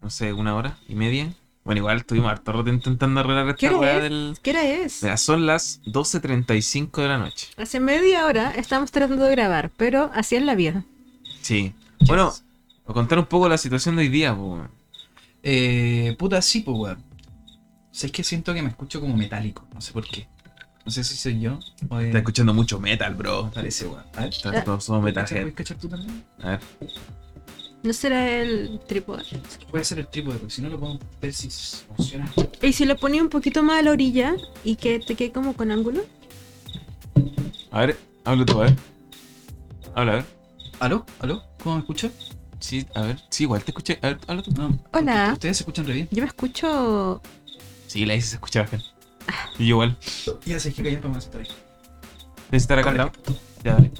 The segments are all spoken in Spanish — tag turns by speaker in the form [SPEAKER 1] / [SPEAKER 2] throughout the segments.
[SPEAKER 1] no sé, una hora y media. Bueno, igual estuvimos harto rato intentando arreglar
[SPEAKER 2] ¿Qué
[SPEAKER 1] esta
[SPEAKER 2] hora
[SPEAKER 1] weá
[SPEAKER 2] es?
[SPEAKER 1] del.
[SPEAKER 2] ¿Qué hora es?
[SPEAKER 1] Mira, son las 12.35 de la noche.
[SPEAKER 2] Hace media hora estamos tratando de grabar, pero así es la vida.
[SPEAKER 1] Sí. Bueno, a contar un poco la situación de hoy día, po, weón.
[SPEAKER 3] Eh, puta, sí, pues, weón. O sea, es que siento que me escucho como metálico, no sé por qué. No sé si soy yo o es...
[SPEAKER 1] Está escuchando mucho metal, bro.
[SPEAKER 3] Parece, weón. A ver,
[SPEAKER 1] Está- todos somos
[SPEAKER 3] ¿Puedes
[SPEAKER 1] metalhead.
[SPEAKER 3] cachar tú también?
[SPEAKER 1] A ver.
[SPEAKER 2] ¿No será el trípode?
[SPEAKER 3] Puede ser el trípode, porque si no lo podemos ver si funciona.
[SPEAKER 2] ¿Y si lo ponía un poquito más a la orilla y que te quede como con ángulo?
[SPEAKER 1] A ver, habla tú, a ver. Habla, a ver.
[SPEAKER 3] ¿Aló? ¿Aló? ¿Cómo me escuchan?
[SPEAKER 1] Sí, a ver. Sí, igual te escuché. A ver, habla tú.
[SPEAKER 3] No.
[SPEAKER 2] Hola.
[SPEAKER 3] ¿Ustedes se escuchan re bien?
[SPEAKER 2] Yo me escucho...
[SPEAKER 1] Sí, la hice, se escuchaba bien. Y yo igual.
[SPEAKER 3] Ya sé que callan para más estar ahí.
[SPEAKER 1] ¿Debes estar acá al lado? Ya, dale.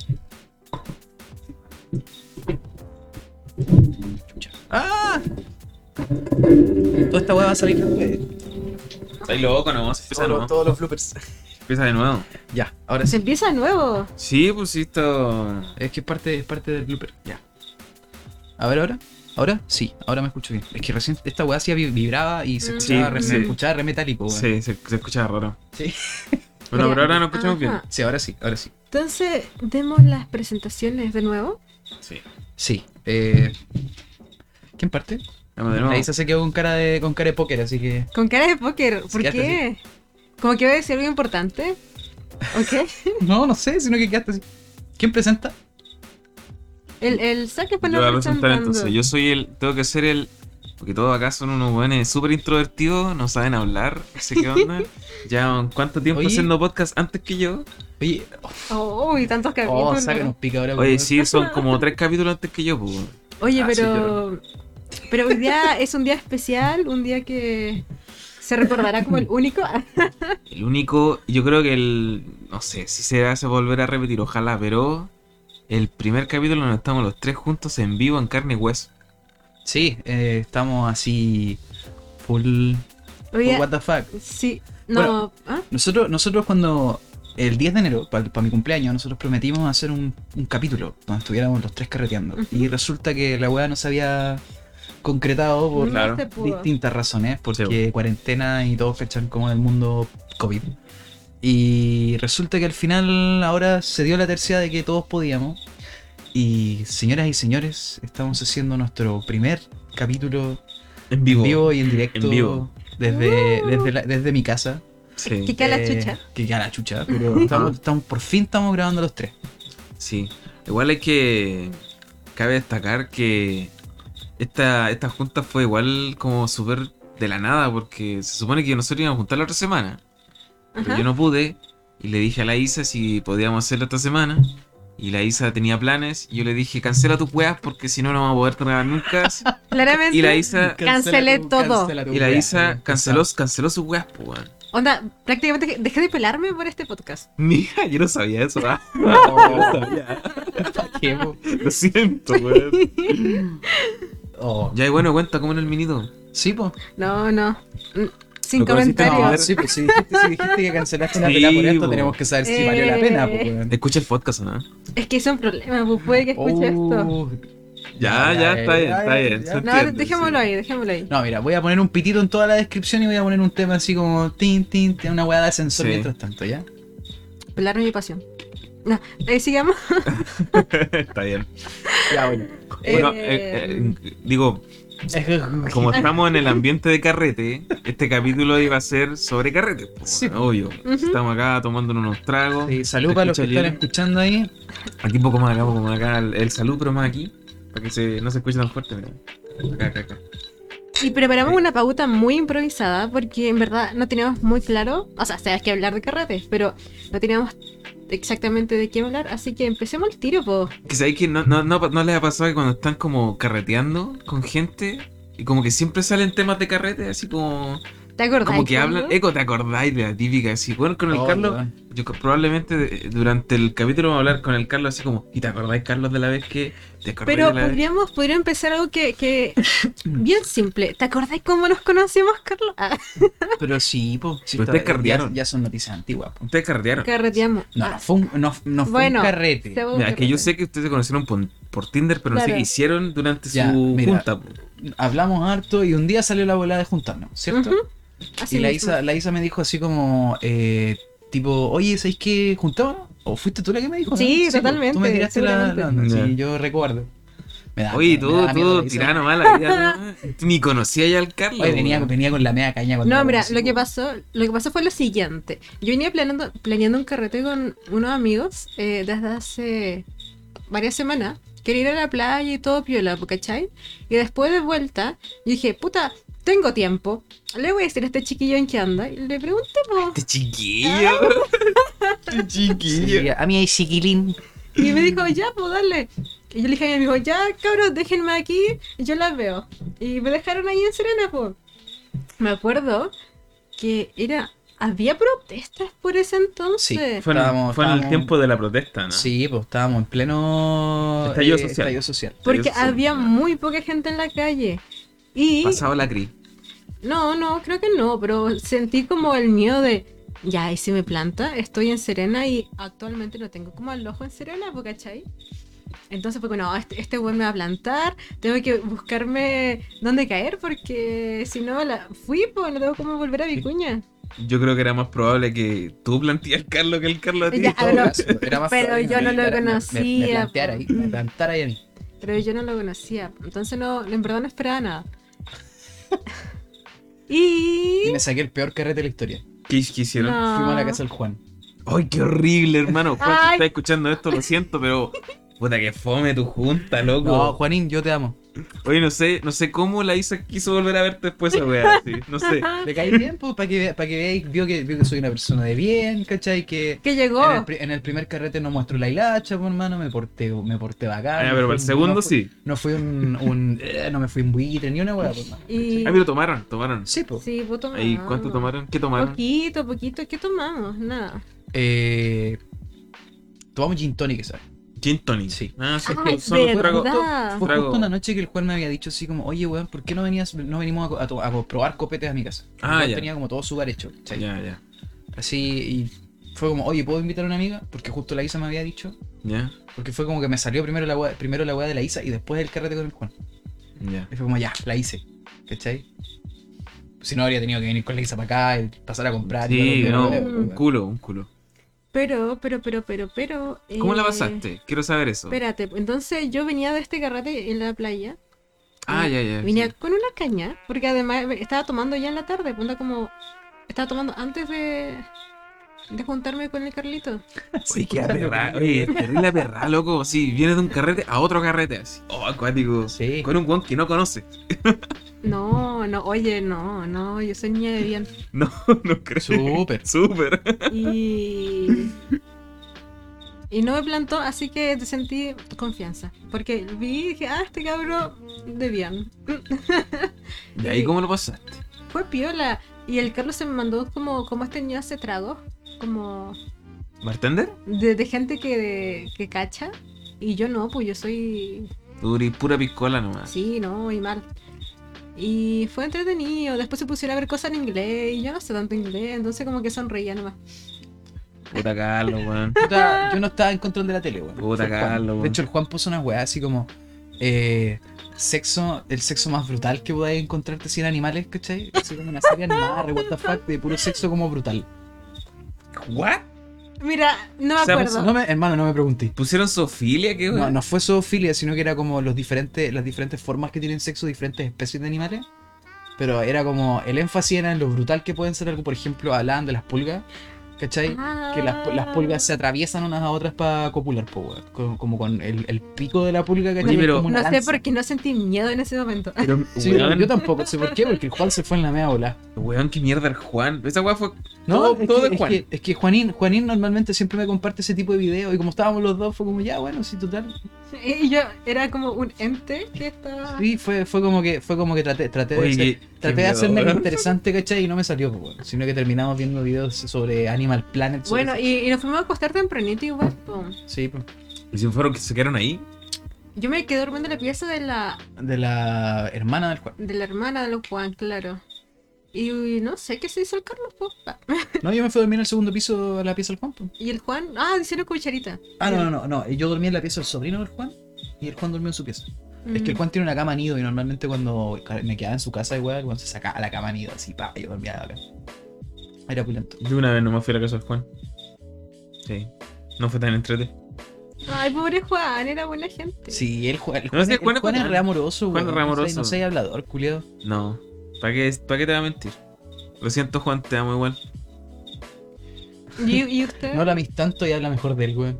[SPEAKER 3] Chucha. ¡Ah! Toda esta weá va a salir después.
[SPEAKER 1] Estáis loco, no. Se empieza de
[SPEAKER 3] Todos,
[SPEAKER 1] nuevo.
[SPEAKER 3] todos los bloopers.
[SPEAKER 1] Empieza de nuevo.
[SPEAKER 3] Ya, ahora
[SPEAKER 2] Se
[SPEAKER 3] sí.
[SPEAKER 2] empieza de nuevo.
[SPEAKER 1] Sí, pues sí, esto.
[SPEAKER 3] Es que es parte, es parte del blooper. Ya. A ver ahora. ¿Ahora? Sí, ahora me escucho bien. Es que recién esta weá sí vi- vibraba y se
[SPEAKER 2] Mm.
[SPEAKER 3] escuchaba,
[SPEAKER 1] Sí,
[SPEAKER 3] re,
[SPEAKER 1] sí.
[SPEAKER 3] se escuchaba re metálico, weón.
[SPEAKER 1] Sí, se, se escucha raro.
[SPEAKER 3] Sí.
[SPEAKER 1] Bueno, pero ahora no escuchamos
[SPEAKER 2] Ajá.
[SPEAKER 3] Sí, ahora sí, ahora sí.
[SPEAKER 2] Entonces, demos las presentaciones de nuevo.
[SPEAKER 1] bien. Sí.
[SPEAKER 3] Sí. Eh... ¿Quién parte?
[SPEAKER 1] Vamos de
[SPEAKER 3] La
[SPEAKER 1] nuevo.
[SPEAKER 3] Isa se quedó con cara de, con cara de póker, así que.
[SPEAKER 2] Con cara de póker. ¿Por
[SPEAKER 3] quédate
[SPEAKER 2] qué? ¿Como que voy a decir algo importante? ¿Ok?
[SPEAKER 3] No, no sé, sino que quedaste así. ¿Quién presenta?
[SPEAKER 2] El, el saque para
[SPEAKER 1] Yo voy a
[SPEAKER 2] no
[SPEAKER 1] presentar entonces. Yo soy el. Tengo que ser el. Porque todos acá son unos weones súper introvertidos, no saben hablar, no sé qué onda. Llevan cuánto tiempo
[SPEAKER 3] Oye.
[SPEAKER 1] haciendo podcast antes que yo.
[SPEAKER 3] Oye, oh,
[SPEAKER 2] Oh, y tantos
[SPEAKER 3] oh,
[SPEAKER 2] capítulos.
[SPEAKER 3] sácanos pica ahora.
[SPEAKER 1] Oye,
[SPEAKER 3] weón.
[SPEAKER 1] sí, son como tres capítulos antes que yo, pues. weón.
[SPEAKER 2] Oye,
[SPEAKER 3] Ah, sí,
[SPEAKER 2] pero. pero hoy día es un día especial, un día que se recordará como el único. Ah,
[SPEAKER 1] El único. Yo creo que el. No sé si se hace volver a repetir, ojalá, pero. El primer capítulo donde estamos los tres juntos en vivo, en carne y hueso.
[SPEAKER 3] Sí, eh, estamos así. Full.
[SPEAKER 2] Hoy
[SPEAKER 3] full
[SPEAKER 2] día-
[SPEAKER 3] what the fuck.
[SPEAKER 2] Sí. No. ¿ah?
[SPEAKER 3] Nosotros, nosotros cuando. El 10 de enero, para mi cumpleaños, nosotros prometimos hacer un, un capítulo donde estuviéramos los tres carreteando.
[SPEAKER 2] Ujú.
[SPEAKER 3] Y resulta que la weá no se había concretado por
[SPEAKER 2] No
[SPEAKER 1] claro.
[SPEAKER 2] se pudo.
[SPEAKER 3] distintas razones, porque
[SPEAKER 1] Sí.
[SPEAKER 3] cuarentena y todos cachan como del mundo COVID. Y resulta que al final ahora se dio la tercera de que todos podíamos. Y señoras y señores, estamos haciendo nuestro primer capítulo
[SPEAKER 1] En
[SPEAKER 3] en vivo y en directo.
[SPEAKER 1] En vivo.
[SPEAKER 3] Desde,
[SPEAKER 2] Uh.
[SPEAKER 3] desde, la- desde mi casa.
[SPEAKER 1] Sí.
[SPEAKER 2] Que queda la
[SPEAKER 3] Eh,
[SPEAKER 2] chucha.
[SPEAKER 3] Que queda la chucha, pero estamos, estamos- por fin estamos grabando los tres.
[SPEAKER 1] Sí, igual hay que. Cabe destacar que esta, esta junta fue igual como súper de la nada, porque se supone que nosotros íbamos a juntar la otra semana, pero
[SPEAKER 2] Ajá.
[SPEAKER 1] yo no pude y le dije a la Isa si podíamos hacerlo esta semana. Y la Isa tenía planes, y yo le dije, cancela tus weas porque si no, no vamos a poder grabar nunca.
[SPEAKER 2] Claramente.
[SPEAKER 1] Y la Isa,
[SPEAKER 2] Cancelé todo.
[SPEAKER 1] Ah. y la Isa canceló, canceló sus weas, pues weón.
[SPEAKER 2] Onda, prácticamente que- dejé de pelarme por este podcast.
[SPEAKER 1] Mija, yo no sabía eso, ah.
[SPEAKER 3] Oh, qué bo-
[SPEAKER 1] Lo siento, weón.
[SPEAKER 3] oh.
[SPEAKER 1] Ya, y bueno, cuenta cómo era el minuto.
[SPEAKER 3] Sí, pues.
[SPEAKER 2] No, no. Mm, Sin
[SPEAKER 1] Lo conociste
[SPEAKER 2] comentarios.
[SPEAKER 1] ahora.
[SPEAKER 3] sí, pues si dijiste, si dijiste que cancelaste una
[SPEAKER 1] Sí,
[SPEAKER 3] pelea por esto,
[SPEAKER 1] po.
[SPEAKER 3] tenemos que saber si valió la
[SPEAKER 2] Eh.
[SPEAKER 3] pena, pues. weón.
[SPEAKER 1] Escucha el podcast, ¿no?
[SPEAKER 2] Es que es un problema, pues, puede que escuche esto.
[SPEAKER 3] Oh.
[SPEAKER 1] Ya, ya, está bien,
[SPEAKER 3] ya,
[SPEAKER 1] está
[SPEAKER 3] ya,
[SPEAKER 1] bien.
[SPEAKER 3] ya.
[SPEAKER 1] se
[SPEAKER 2] No,
[SPEAKER 1] entiende,
[SPEAKER 2] dejémoslo
[SPEAKER 1] sí.
[SPEAKER 2] ahí, dejémoslo ahí.
[SPEAKER 3] No, mira, voy a poner un pitito en toda la descripción y voy a poner un tema así como tin, tin, tin, una weá de ascensor
[SPEAKER 1] Sí.
[SPEAKER 3] mientras tanto, ¿ya?
[SPEAKER 2] Pelarme mi pasión. No, eh, sigamos.
[SPEAKER 1] está bien.
[SPEAKER 3] Ya, bueno.
[SPEAKER 1] Bueno,
[SPEAKER 2] Eh,
[SPEAKER 1] eh, eh, digo, como estamos en el ambiente de carrete, este capítulo iba a ser sobre carrete. po,
[SPEAKER 3] Sí.
[SPEAKER 1] Obvio.
[SPEAKER 2] Ujú.
[SPEAKER 1] Estamos acá tomándonos unos tragos.
[SPEAKER 3] Sí, salud para los que
[SPEAKER 1] Escucha
[SPEAKER 3] están
[SPEAKER 1] bien.
[SPEAKER 3] escuchando ahí.
[SPEAKER 1] Aquí un poco más acá, un poco más acá. El, el salud, pero más aquí. Para que se, no se escuche tan fuerte. mira. Acá, acá, acá.
[SPEAKER 2] Y preparamos una pauta muy improvisada porque en verdad no teníamos muy claro, o sea, sabes que hablar de carretes, pero no teníamos exactamente de qué hablar, así que empecemos el tiro, po.
[SPEAKER 1] Que sabéis que no, no, no, no les ha pasado que cuando están como carreteando con gente. Y como que siempre salen temas de carrete, así como.
[SPEAKER 2] ¿Te acordás?
[SPEAKER 1] Como que hablan.
[SPEAKER 2] Carlos?
[SPEAKER 1] Eco, ¿te acordáis de la típica? Así, bueno, con el
[SPEAKER 3] Oh,
[SPEAKER 1] Carlos.
[SPEAKER 3] weón.
[SPEAKER 1] Yo creo- probablemente de- durante el capítulo vamos a hablar con el Carlos así como, ¿y te acordáis, Carlos, de la vez que te acordáis
[SPEAKER 2] Pero
[SPEAKER 1] de la vez?
[SPEAKER 2] podríamos, podría empezar algo que, que- bien simple. ¿Te acordás cómo nos conocimos, Carlos? Ah,
[SPEAKER 3] Pero sí, pues. Sí,
[SPEAKER 1] Pero ustedes
[SPEAKER 3] está- ya,
[SPEAKER 1] cardearon.
[SPEAKER 3] ya son noticias antiguas, po.
[SPEAKER 1] Ustedes carretearon.
[SPEAKER 2] carreteamos.
[SPEAKER 3] No, no
[SPEAKER 2] Ah,
[SPEAKER 3] fue un, no, no fue
[SPEAKER 2] Bueno,
[SPEAKER 3] un carrete.
[SPEAKER 2] se va un
[SPEAKER 1] Mira, que yo
[SPEAKER 2] carrete.
[SPEAKER 1] sé que ustedes se conocieron por, por Tinder, pero no sé
[SPEAKER 2] Claro.
[SPEAKER 1] qué hicieron durante
[SPEAKER 3] Ya,
[SPEAKER 1] su
[SPEAKER 3] mira.
[SPEAKER 1] junta. po.
[SPEAKER 3] hablamos harto y un día salió la bola de juntarnos, ¿cierto?
[SPEAKER 2] Ujú. Así
[SPEAKER 3] y la
[SPEAKER 2] mismo.
[SPEAKER 3] Isa, la Isa me dijo así como, eh, tipo, oye, ¿sabéis qué juntábamos? ¿O fuiste tú la que me dijo?
[SPEAKER 2] Sí,
[SPEAKER 3] pues, Tú me
[SPEAKER 2] totalmente,
[SPEAKER 3] tiraste la, la onda,
[SPEAKER 1] seguramente.
[SPEAKER 3] sí, yo recuerdo. Me da-
[SPEAKER 1] Oye,
[SPEAKER 3] me
[SPEAKER 1] tú,
[SPEAKER 3] da miedo
[SPEAKER 1] tú,
[SPEAKER 3] la Isa.
[SPEAKER 1] tirano mala vida. ¿no? Ni conocía ya al Carlos.
[SPEAKER 3] Oye, venía,
[SPEAKER 1] weón.
[SPEAKER 3] venía con la media caña. cuando
[SPEAKER 2] No,
[SPEAKER 3] era
[SPEAKER 2] mira,
[SPEAKER 3] así,
[SPEAKER 2] lo que
[SPEAKER 3] como-
[SPEAKER 2] pasó, lo que pasó fue lo siguiente. Yo venía planeando, planeando un carrete con unos amigos eh, desde hace varias semanas. Quería ir a la playa y todo piola, ¿cachai? Y después de vuelta, yo dije, puta, tengo tiempo. Le voy a decir a este chiquillo en qué anda. Y le pregunté, po.
[SPEAKER 1] Este chiquillo. Este chiquillo.
[SPEAKER 3] Sí, a mí hay chiquilín.
[SPEAKER 2] Y me dijo, ya, pues dale. Y yo le dije a mi amigo, ya, cabros, déjenme aquí y yo las veo. Y me dejaron ahí en Serena, pues. Me acuerdo que era. Había protestas por ese entonces.
[SPEAKER 1] Fue en,
[SPEAKER 3] Estábamos-
[SPEAKER 1] fue en el
[SPEAKER 3] estábamos-
[SPEAKER 1] tiempo de la protesta, ¿no?
[SPEAKER 3] Sí, pues estábamos en pleno
[SPEAKER 1] ¿Ah?
[SPEAKER 3] eh,
[SPEAKER 1] Estallido social.
[SPEAKER 3] estallido social.
[SPEAKER 2] Porque
[SPEAKER 1] Eso,
[SPEAKER 2] había
[SPEAKER 1] claro.
[SPEAKER 2] muy poca gente en la calle. Y.
[SPEAKER 1] Pasado la crisis.
[SPEAKER 2] No, no, creo que no, pero sentí como el miedo de. Ya, y si me planta, estoy en Serena y actualmente no tengo como el ojo en Serena, po, ¿cachai? Entonces fue como, no, este, este weón me va a plantar, tengo que buscarme dónde caer porque si no, la... fui, pues no tengo cómo volver a Vicuña.
[SPEAKER 1] Yo creo que era más probable que tú planteas al Carlos que el Carlos a ti.
[SPEAKER 2] Ya,
[SPEAKER 3] En todo
[SPEAKER 2] pero-
[SPEAKER 3] caso, era más
[SPEAKER 2] Ah, pero
[SPEAKER 3] probable
[SPEAKER 2] yo
[SPEAKER 3] que
[SPEAKER 2] no
[SPEAKER 3] me
[SPEAKER 2] lo
[SPEAKER 3] invitara- me- Me,
[SPEAKER 2] conocía,
[SPEAKER 3] me planteara
[SPEAKER 2] po.
[SPEAKER 3] ahí, me plantara ahí a mí.
[SPEAKER 2] Pero yo no lo conocía, entonces no, en verdad no esperaba nada. y...
[SPEAKER 3] Y me saqué el peor carrete de la historia.
[SPEAKER 1] ¿Qué qué hicieron?
[SPEAKER 2] No.
[SPEAKER 3] Fuimos a la casa del Juan.
[SPEAKER 1] ¡Ay, qué horrible, hermano! Juan, si
[SPEAKER 2] Ay.
[SPEAKER 1] estás escuchando esto, lo siento, pero. Puta, que fome tu junta, loco.
[SPEAKER 3] No, Juanín, yo te amo.
[SPEAKER 1] Oye, no sé, no sé cómo la Isa quiso volver a verte después esa weá, sí, No sé.
[SPEAKER 2] ah,
[SPEAKER 3] Le caí bien, pues, para que, vea- pa' que veáis, vio que, vio que soy una persona de bien, ¿cachai? Que
[SPEAKER 2] Que llegó.
[SPEAKER 3] en el, pri- en el primer carrete no muestro la hilacha, pues, hermano, me porté, me porté bacán.
[SPEAKER 1] Ah,
[SPEAKER 3] no
[SPEAKER 1] pero para el
[SPEAKER 3] fui un-
[SPEAKER 1] segundo
[SPEAKER 3] no fui-
[SPEAKER 1] sí.
[SPEAKER 3] No fui un, un eh, no me fui un buitre, ni una hueá, pues, hermano.
[SPEAKER 2] Y-
[SPEAKER 1] Ah, pero tomaron, tomaron.
[SPEAKER 3] Sí, pues.
[SPEAKER 2] Sí, vos
[SPEAKER 1] Ahí, ¿Cuánto
[SPEAKER 2] tomamos.
[SPEAKER 1] tomaron? ¿Qué tomaron?
[SPEAKER 2] Poquito, poquito, ¿qué tomamos? Nada.
[SPEAKER 3] Eh, tomamos gin tonic, ¿sabes?
[SPEAKER 1] Gin tonic.
[SPEAKER 3] Sí.
[SPEAKER 1] Ah, sí,
[SPEAKER 2] Ay,
[SPEAKER 1] son los
[SPEAKER 2] ¿verdad?
[SPEAKER 1] tragos.
[SPEAKER 2] Ah.
[SPEAKER 3] Fue
[SPEAKER 1] Trago.
[SPEAKER 3] justo una noche que el Juan me había dicho así como, oye, weón, ¿por qué no venías, no venimos a, co- a to- a co- probar copetes a mi casa? El
[SPEAKER 1] Ah,
[SPEAKER 3] weón
[SPEAKER 1] ya.
[SPEAKER 3] Tenía como todo su bar hecho, ¿cachai?
[SPEAKER 1] Ya, ya.
[SPEAKER 3] Así, y fue como, oye, ¿puedo invitar a una amiga? Porque justo la Isa me había dicho.
[SPEAKER 1] Ya,
[SPEAKER 3] Porque fue como que me salió primero la weá, primero la weá de la Isa y después el carrete con el Juan.
[SPEAKER 1] ya.
[SPEAKER 3] Y fue como, ya, la hice, ¿cachai? Si no, habría tenido que venir con la Isa para acá, y pasar a comprar. y
[SPEAKER 1] Sí,
[SPEAKER 3] todo
[SPEAKER 1] no,
[SPEAKER 3] lo que-
[SPEAKER 1] un culo, un culo.
[SPEAKER 2] Pero, pero, pero, pero, pero.
[SPEAKER 1] ¿Cómo la
[SPEAKER 2] eh,
[SPEAKER 1] pasaste? Quiero saber eso.
[SPEAKER 2] Espérate, entonces yo venía de este carrete en la playa.
[SPEAKER 1] Ah, ya, ya.
[SPEAKER 2] Venía
[SPEAKER 1] sí.
[SPEAKER 2] con una caña, porque además estaba tomando ya en la tarde, punta como. Estaba tomando antes de. de juntarme con el Carlito.
[SPEAKER 1] Oye, qué perra, oye, terrible perra, loco. Sí, vienes de un carrete a otro carrete así. Oh, acuático.
[SPEAKER 3] Sí.
[SPEAKER 1] Con un guan que no conoce.
[SPEAKER 2] No, no, oye, no, no, yo soy niña de bien.
[SPEAKER 1] No, no creo.
[SPEAKER 3] Súper.
[SPEAKER 1] Súper.
[SPEAKER 2] Y. Y no me plantó, así que sentí confianza. Porque vi y dije, ah, este cabro de bien.
[SPEAKER 1] ¿Y ahí cómo lo pasaste?
[SPEAKER 2] Fue piola. Y el Carlos se me mandó como, como este niño hace trago, como
[SPEAKER 1] ¿Bartender?
[SPEAKER 2] de, de gente que, que cacha. Y yo no, pues yo soy.
[SPEAKER 1] Tú eres pura piscola nomás.
[SPEAKER 2] Sí, no, y mal. Y fue entretenido. Después se pusieron a ver cosas en inglés. Y yo no sé tanto inglés, entonces como que sonreía nomás.
[SPEAKER 1] Puta Carlos, weón.
[SPEAKER 3] Puta, yo no estaba en control de la tele, weón.
[SPEAKER 1] Puta,
[SPEAKER 3] Fue el Juan.
[SPEAKER 1] Carlos, weón.
[SPEAKER 3] De hecho, el Juan puso una weá así como. eh, sexo, el sexo más brutal que podáis encontrarte sin animales, ¿cachai? Así como una serie animada, re what the fuck, de puro sexo como brutal.
[SPEAKER 1] ¿What?
[SPEAKER 2] Mira, no me
[SPEAKER 1] O sea,
[SPEAKER 2] acuerdo.
[SPEAKER 3] pues, No me, hermano, no me pregunté.
[SPEAKER 1] ¿Pusieron Sofilia? ¿Qué,
[SPEAKER 3] No,
[SPEAKER 1] weón?
[SPEAKER 3] no fue zoofilia, sino que era como los diferentes, las diferentes formas que tienen sexo, diferentes especies de animales. Pero era como, el énfasis era en lo brutal que pueden ser algo, por ejemplo, hablaban de las pulgas, ¿cachai? Que las, pu- las pulgas se atraviesan unas a otras para copular, po, weón. Co- Como, con el, el pico de la pulga, ¿cachai?
[SPEAKER 1] Oye,
[SPEAKER 3] Es
[SPEAKER 1] pero-
[SPEAKER 3] como una
[SPEAKER 2] No sé
[SPEAKER 3] lanza.
[SPEAKER 2] por qué no sentí miedo en ese momento.
[SPEAKER 1] Pero,
[SPEAKER 3] Sí,
[SPEAKER 1] weón,
[SPEAKER 3] yo tampoco sé por qué, porque el Juan se fue en la media bola.
[SPEAKER 1] weón, qué mierda el Juan. Esa weá fue
[SPEAKER 3] No,
[SPEAKER 1] Todo-
[SPEAKER 3] es,
[SPEAKER 1] todo
[SPEAKER 3] que,
[SPEAKER 1] de
[SPEAKER 3] es
[SPEAKER 1] Juan.
[SPEAKER 3] que- es que Juanín, Juanín normalmente siempre me comparte ese tipo de videos y como estábamos los dos fue como, ya, bueno, sí, total.
[SPEAKER 2] Y yo era como un ente que estaba.
[SPEAKER 3] Sí, fue, fue como que fue como que traté, traté de
[SPEAKER 1] Oye,
[SPEAKER 3] ser-
[SPEAKER 1] qué- qué
[SPEAKER 3] traté de
[SPEAKER 1] miedo,
[SPEAKER 3] hacerme el
[SPEAKER 1] weón.
[SPEAKER 3] interesante, ¿cachai? Y no me salió, pues, weón. sino que terminamos viendo videos sobre Animal Planet. sobre
[SPEAKER 2] Bueno,
[SPEAKER 3] eso.
[SPEAKER 2] y, y nos fuimos a acostar tempranito igual. pum.
[SPEAKER 3] Sí, pues.
[SPEAKER 1] ¿Y si fueron que se quedaron ahí?
[SPEAKER 2] Yo me quedé durmiendo en la pieza de la,
[SPEAKER 3] De la hermana del Juan.
[SPEAKER 2] de la hermana de los Juan, claro. Y uy, no sé qué se hizo el Carlos po. Pa.
[SPEAKER 3] No, yo me fui a dormir en el segundo piso a la pieza del Juan. pues.
[SPEAKER 2] Y el Juan, ah, hicieron cucharita.
[SPEAKER 3] Ah, no, no, no, no. Yo dormí en la pieza del sobrino del Juan y el Juan durmió en su pieza. Es
[SPEAKER 2] Mm.
[SPEAKER 3] que el Juan tiene una cama nido y normalmente cuando me quedaba en su casa, igual, cuando se sacaba la cama nido, así, pa, yo dormía acá. Era opulento.
[SPEAKER 1] Yo una vez nomás fui a la casa del Juan. Sí. No fue tan entrete.
[SPEAKER 2] Ay, pobre Juan, era buena gente.
[SPEAKER 3] Sí, el, Juan- el
[SPEAKER 1] No,
[SPEAKER 3] Juan,
[SPEAKER 1] sí,
[SPEAKER 3] el
[SPEAKER 1] Juan es
[SPEAKER 3] Juan es
[SPEAKER 1] bacán.
[SPEAKER 3] re amoroso,
[SPEAKER 1] Juan es
[SPEAKER 3] weón.
[SPEAKER 1] re
[SPEAKER 3] No soy-
[SPEAKER 1] amoroso.
[SPEAKER 3] No soy hablador, culiado.
[SPEAKER 1] No. ¿Para qué, ¿Para qué te va a mentir? Lo siento, Juan, te amo igual.
[SPEAKER 2] ¿Y, y usted?
[SPEAKER 3] No lo amis tanto y habla mejor de él, weón.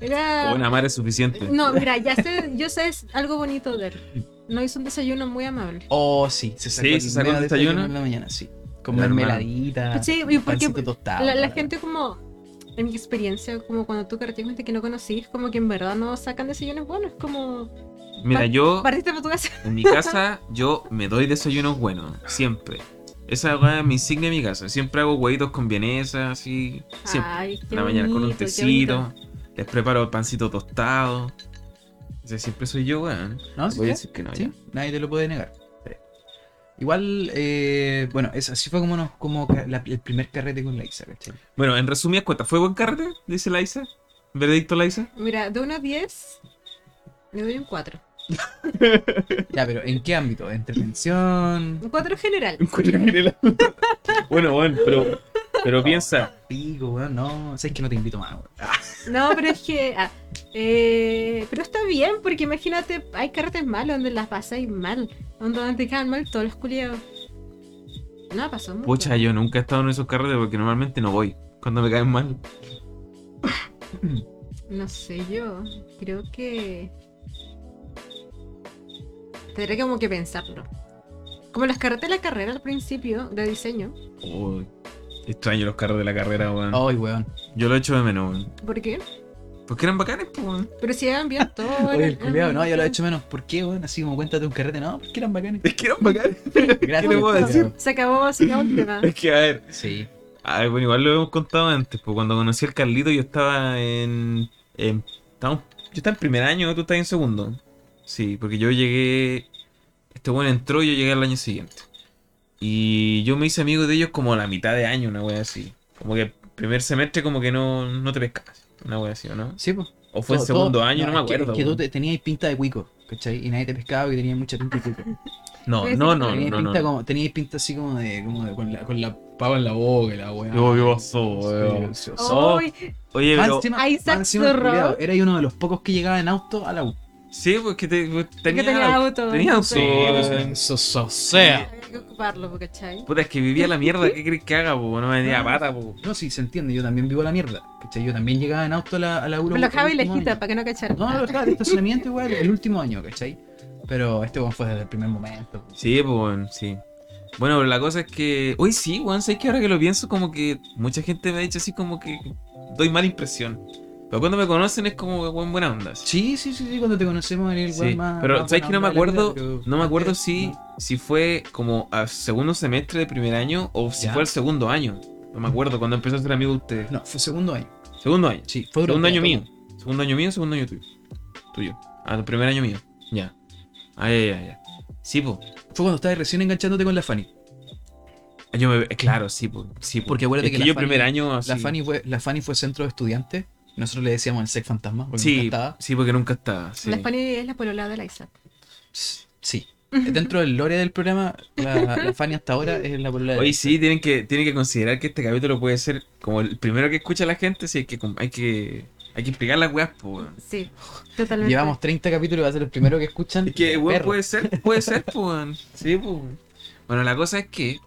[SPEAKER 2] Era-
[SPEAKER 3] Ah.
[SPEAKER 1] Con amar es suficiente.
[SPEAKER 3] Mm.
[SPEAKER 2] No, mira, ya sé, yo sé es algo bonito de él. No hizo un desayuno muy amable.
[SPEAKER 3] Oh, sí, se
[SPEAKER 1] Sí,
[SPEAKER 3] el
[SPEAKER 1] se sacó el
[SPEAKER 3] mega
[SPEAKER 1] desayuno.
[SPEAKER 3] en la mañana, sí. Con
[SPEAKER 1] La
[SPEAKER 3] mermeladita.
[SPEAKER 2] Pues Sí, y porque
[SPEAKER 3] pancito
[SPEAKER 1] Ah,
[SPEAKER 3] tostado,
[SPEAKER 2] la, la
[SPEAKER 3] weón.
[SPEAKER 2] gente como, en mi experiencia, como cuando tú carreteas con gente que no conocís, como que en verdad no sacan desayunos buenos, es como...
[SPEAKER 1] Mira,
[SPEAKER 2] pa-
[SPEAKER 1] yo
[SPEAKER 2] Partiste para tu casa.
[SPEAKER 1] en mi casa, yo me doy desayunos buenos. Siempre. Esa weá es mi insignia de mi casa. Siempre hago huevitos con vienesa, así. Siempre.
[SPEAKER 2] Ay, qué
[SPEAKER 1] en la mañana con un
[SPEAKER 2] bonito, qué
[SPEAKER 1] tecito.
[SPEAKER 2] bonito.
[SPEAKER 1] Les preparo pancito tostado. O sea, siempre soy yo, weón.
[SPEAKER 3] ¿No? ¿Sí
[SPEAKER 1] Voy a
[SPEAKER 3] que?
[SPEAKER 1] decir que no.
[SPEAKER 3] Sí,
[SPEAKER 1] ya.
[SPEAKER 3] nadie te lo puede negar. Igual, eh, bueno, es- así fue como, nos, como ca- la- el primer carrete con la Isa, ¿cachai?
[SPEAKER 1] Bueno, en resumidas cuentas, ¿fue buen carrete? Dice Laisa. ¿Veredicto Laisa?
[SPEAKER 2] Mira, de 1 a 10, le doy un 4.
[SPEAKER 3] Ya, pero ¿en qué ámbito? ¿Entretención?
[SPEAKER 2] Un 4 general.
[SPEAKER 1] bueno, bueno, pero, pero piensa.
[SPEAKER 3] Pico, weón, no. O sea, es que no te invito más, weón.
[SPEAKER 2] No, pero es que... ah, eh, pero está bien, porque imagínate, hay carretes malos donde las pasáis mal, donde te quedan mal todos los culiados. No, pasó mucho.
[SPEAKER 1] Pucha, yo nunca he estado en esos carretes porque normalmente no voy. Cuando me caen mal.
[SPEAKER 2] No sé yo, creo que... Tendré como que pensarlo. Como los carretes de la carrera al principio de diseño.
[SPEAKER 1] Uy, extraño los carros de la carrera, weón.
[SPEAKER 3] Ay, weón.
[SPEAKER 1] Yo lo echo de menos, weón.
[SPEAKER 2] ¿Por qué?
[SPEAKER 1] Porque eran bacanes, pues, weón.
[SPEAKER 2] Pero si eran bien todo.
[SPEAKER 3] Oye,
[SPEAKER 2] era-
[SPEAKER 3] el culiao, no, yo lo he hecho menos. ¿Por qué, weón? Así como cuéntate un carrete, no, porque eran bacanes.
[SPEAKER 1] Es que eran bacanes.
[SPEAKER 3] Gracias,
[SPEAKER 1] le puedo
[SPEAKER 3] culiao.
[SPEAKER 1] decir?
[SPEAKER 2] Se acabó, se acabó el
[SPEAKER 3] Ah.
[SPEAKER 2] tema.
[SPEAKER 1] Es que, a ver.
[SPEAKER 3] Sí.
[SPEAKER 1] Ay, Ah, bueno, igual lo hemos contado antes, pues cuando conocí al Carlito yo estaba en... en- estaba- yo estaba en primer año, tú estabas en segundo. Sí, porque yo llegué... Este bueno entró y yo llegué al año siguiente. Y yo me hice amigo de ellos como a la mitad de año, una wea así. Como que el primer semestre como que no, no te pescabas, una wea así, ¿o no?
[SPEAKER 3] Sí, pues.
[SPEAKER 1] O fue el segundo año, no, me acuerdo.
[SPEAKER 3] Que, tú
[SPEAKER 1] weón.
[SPEAKER 3] te- tenías pinta de cuico, ¿cachai? Y nadie te pescaba porque tenías mucha pinta de cuico.
[SPEAKER 1] No, no, no,
[SPEAKER 3] Tenías
[SPEAKER 1] no, no.
[SPEAKER 3] pinta,
[SPEAKER 1] no.
[SPEAKER 3] Como, tenías pinta así como de, como de con, la, con la pava en la boca, y la weá.
[SPEAKER 1] Yo, ¿qué pasó,
[SPEAKER 3] Sí,
[SPEAKER 1] weón?
[SPEAKER 3] sí, sí.
[SPEAKER 1] Oh,
[SPEAKER 2] Uy,
[SPEAKER 1] Oye,
[SPEAKER 3] Más
[SPEAKER 1] pero...
[SPEAKER 3] encima-
[SPEAKER 2] Ahí
[SPEAKER 3] más
[SPEAKER 2] se
[SPEAKER 3] encima,
[SPEAKER 2] zurró.
[SPEAKER 3] culiao, Era uno de los pocos que llegaba en auto a la U.
[SPEAKER 1] Sí, pues que te, pues, tenía,
[SPEAKER 2] tenía auto.
[SPEAKER 1] Tenía auto.
[SPEAKER 2] Sí,
[SPEAKER 1] weón.
[SPEAKER 3] o
[SPEAKER 2] Había que ocuparlo, ¿cachai?
[SPEAKER 1] Puta, es que vivía la mierda, ¿qué crees que haga, po? No me
[SPEAKER 3] Ah.
[SPEAKER 1] venía a pata, po.
[SPEAKER 3] No, sí, se entiende, yo también vivo la mierda. ¿Cachai? Yo también llegaba en auto a la, a la U.
[SPEAKER 2] Me
[SPEAKER 3] el
[SPEAKER 2] lo dejaba y
[SPEAKER 3] último
[SPEAKER 2] lejita
[SPEAKER 3] año.
[SPEAKER 2] para que no cacharan.
[SPEAKER 3] No, no, lo dejaba de estacionamiento igual, el último año, ¿cachai? Pero este weón fue desde el primer momento.
[SPEAKER 1] Sí, po, weón, sí. Bueno, pero la cosa es que. Uy, sí, weón, sé que ahora que lo pienso, como que mucha gente me ha dicho así como que doy mala impresión. Pero cuando me conocen es como, weón, buena onda. así.
[SPEAKER 3] Sí, sí, sí, sí, cuando te conocemos era el
[SPEAKER 1] Sí,
[SPEAKER 3] weón más.
[SPEAKER 1] pero
[SPEAKER 3] más
[SPEAKER 1] sabes que no me
[SPEAKER 3] buena onda de la vida,
[SPEAKER 1] acuerdo,
[SPEAKER 3] pero
[SPEAKER 1] no me acuerdo
[SPEAKER 3] antes,
[SPEAKER 1] si,
[SPEAKER 3] no.
[SPEAKER 1] si fue como a segundo semestre de primer año o si
[SPEAKER 3] Ya.
[SPEAKER 1] fue al segundo año. No me acuerdo cuando empezó a ser amigo de ustedes.
[SPEAKER 3] No, fue segundo año.
[SPEAKER 1] Segundo año.
[SPEAKER 3] Sí, fue
[SPEAKER 1] Segundo
[SPEAKER 3] europeo,
[SPEAKER 1] año
[SPEAKER 3] todo.
[SPEAKER 1] mío. Segundo año mío, segundo año tuyo. Tuyo. Ah, el primer año mío. Ya. Ay, ay, ay, ya. Sí, po.
[SPEAKER 3] Fue cuando estabas recién enganchándote con la Fanny.
[SPEAKER 1] Yo me- eh, claro, sí, po, sí po.
[SPEAKER 3] Porque acuérdate
[SPEAKER 1] Es
[SPEAKER 3] que
[SPEAKER 1] que,
[SPEAKER 3] la
[SPEAKER 1] yo
[SPEAKER 3] Fanny-
[SPEAKER 1] primer año así-
[SPEAKER 3] La Fanny, fue, la Fanny fue centro de estudiantes. Nosotros le decíamos el sex fantasma porque
[SPEAKER 1] sí,
[SPEAKER 3] nunca estaba.
[SPEAKER 1] sí, porque pues, nunca estaba. sí.
[SPEAKER 2] La Fanny es la polola de la Isaac.
[SPEAKER 3] Sí. Dentro del lore del programa, la, la Fanny hasta ahora es la polola de
[SPEAKER 1] Oye, sí, tienen que, tienen que considerar que este capítulo puede ser como el primero que escucha la gente, si hay que, com- hay que, hay que explicar las weas, po, weón.
[SPEAKER 2] Sí, totalmente.
[SPEAKER 3] Llevamos 30 capítulos y va a ser el primero que escuchan.
[SPEAKER 1] Es que, weón, pues-
[SPEAKER 3] Perro.
[SPEAKER 1] puede ser, puede ser, po, weón. Sí, po. weón. Bueno, la cosa es que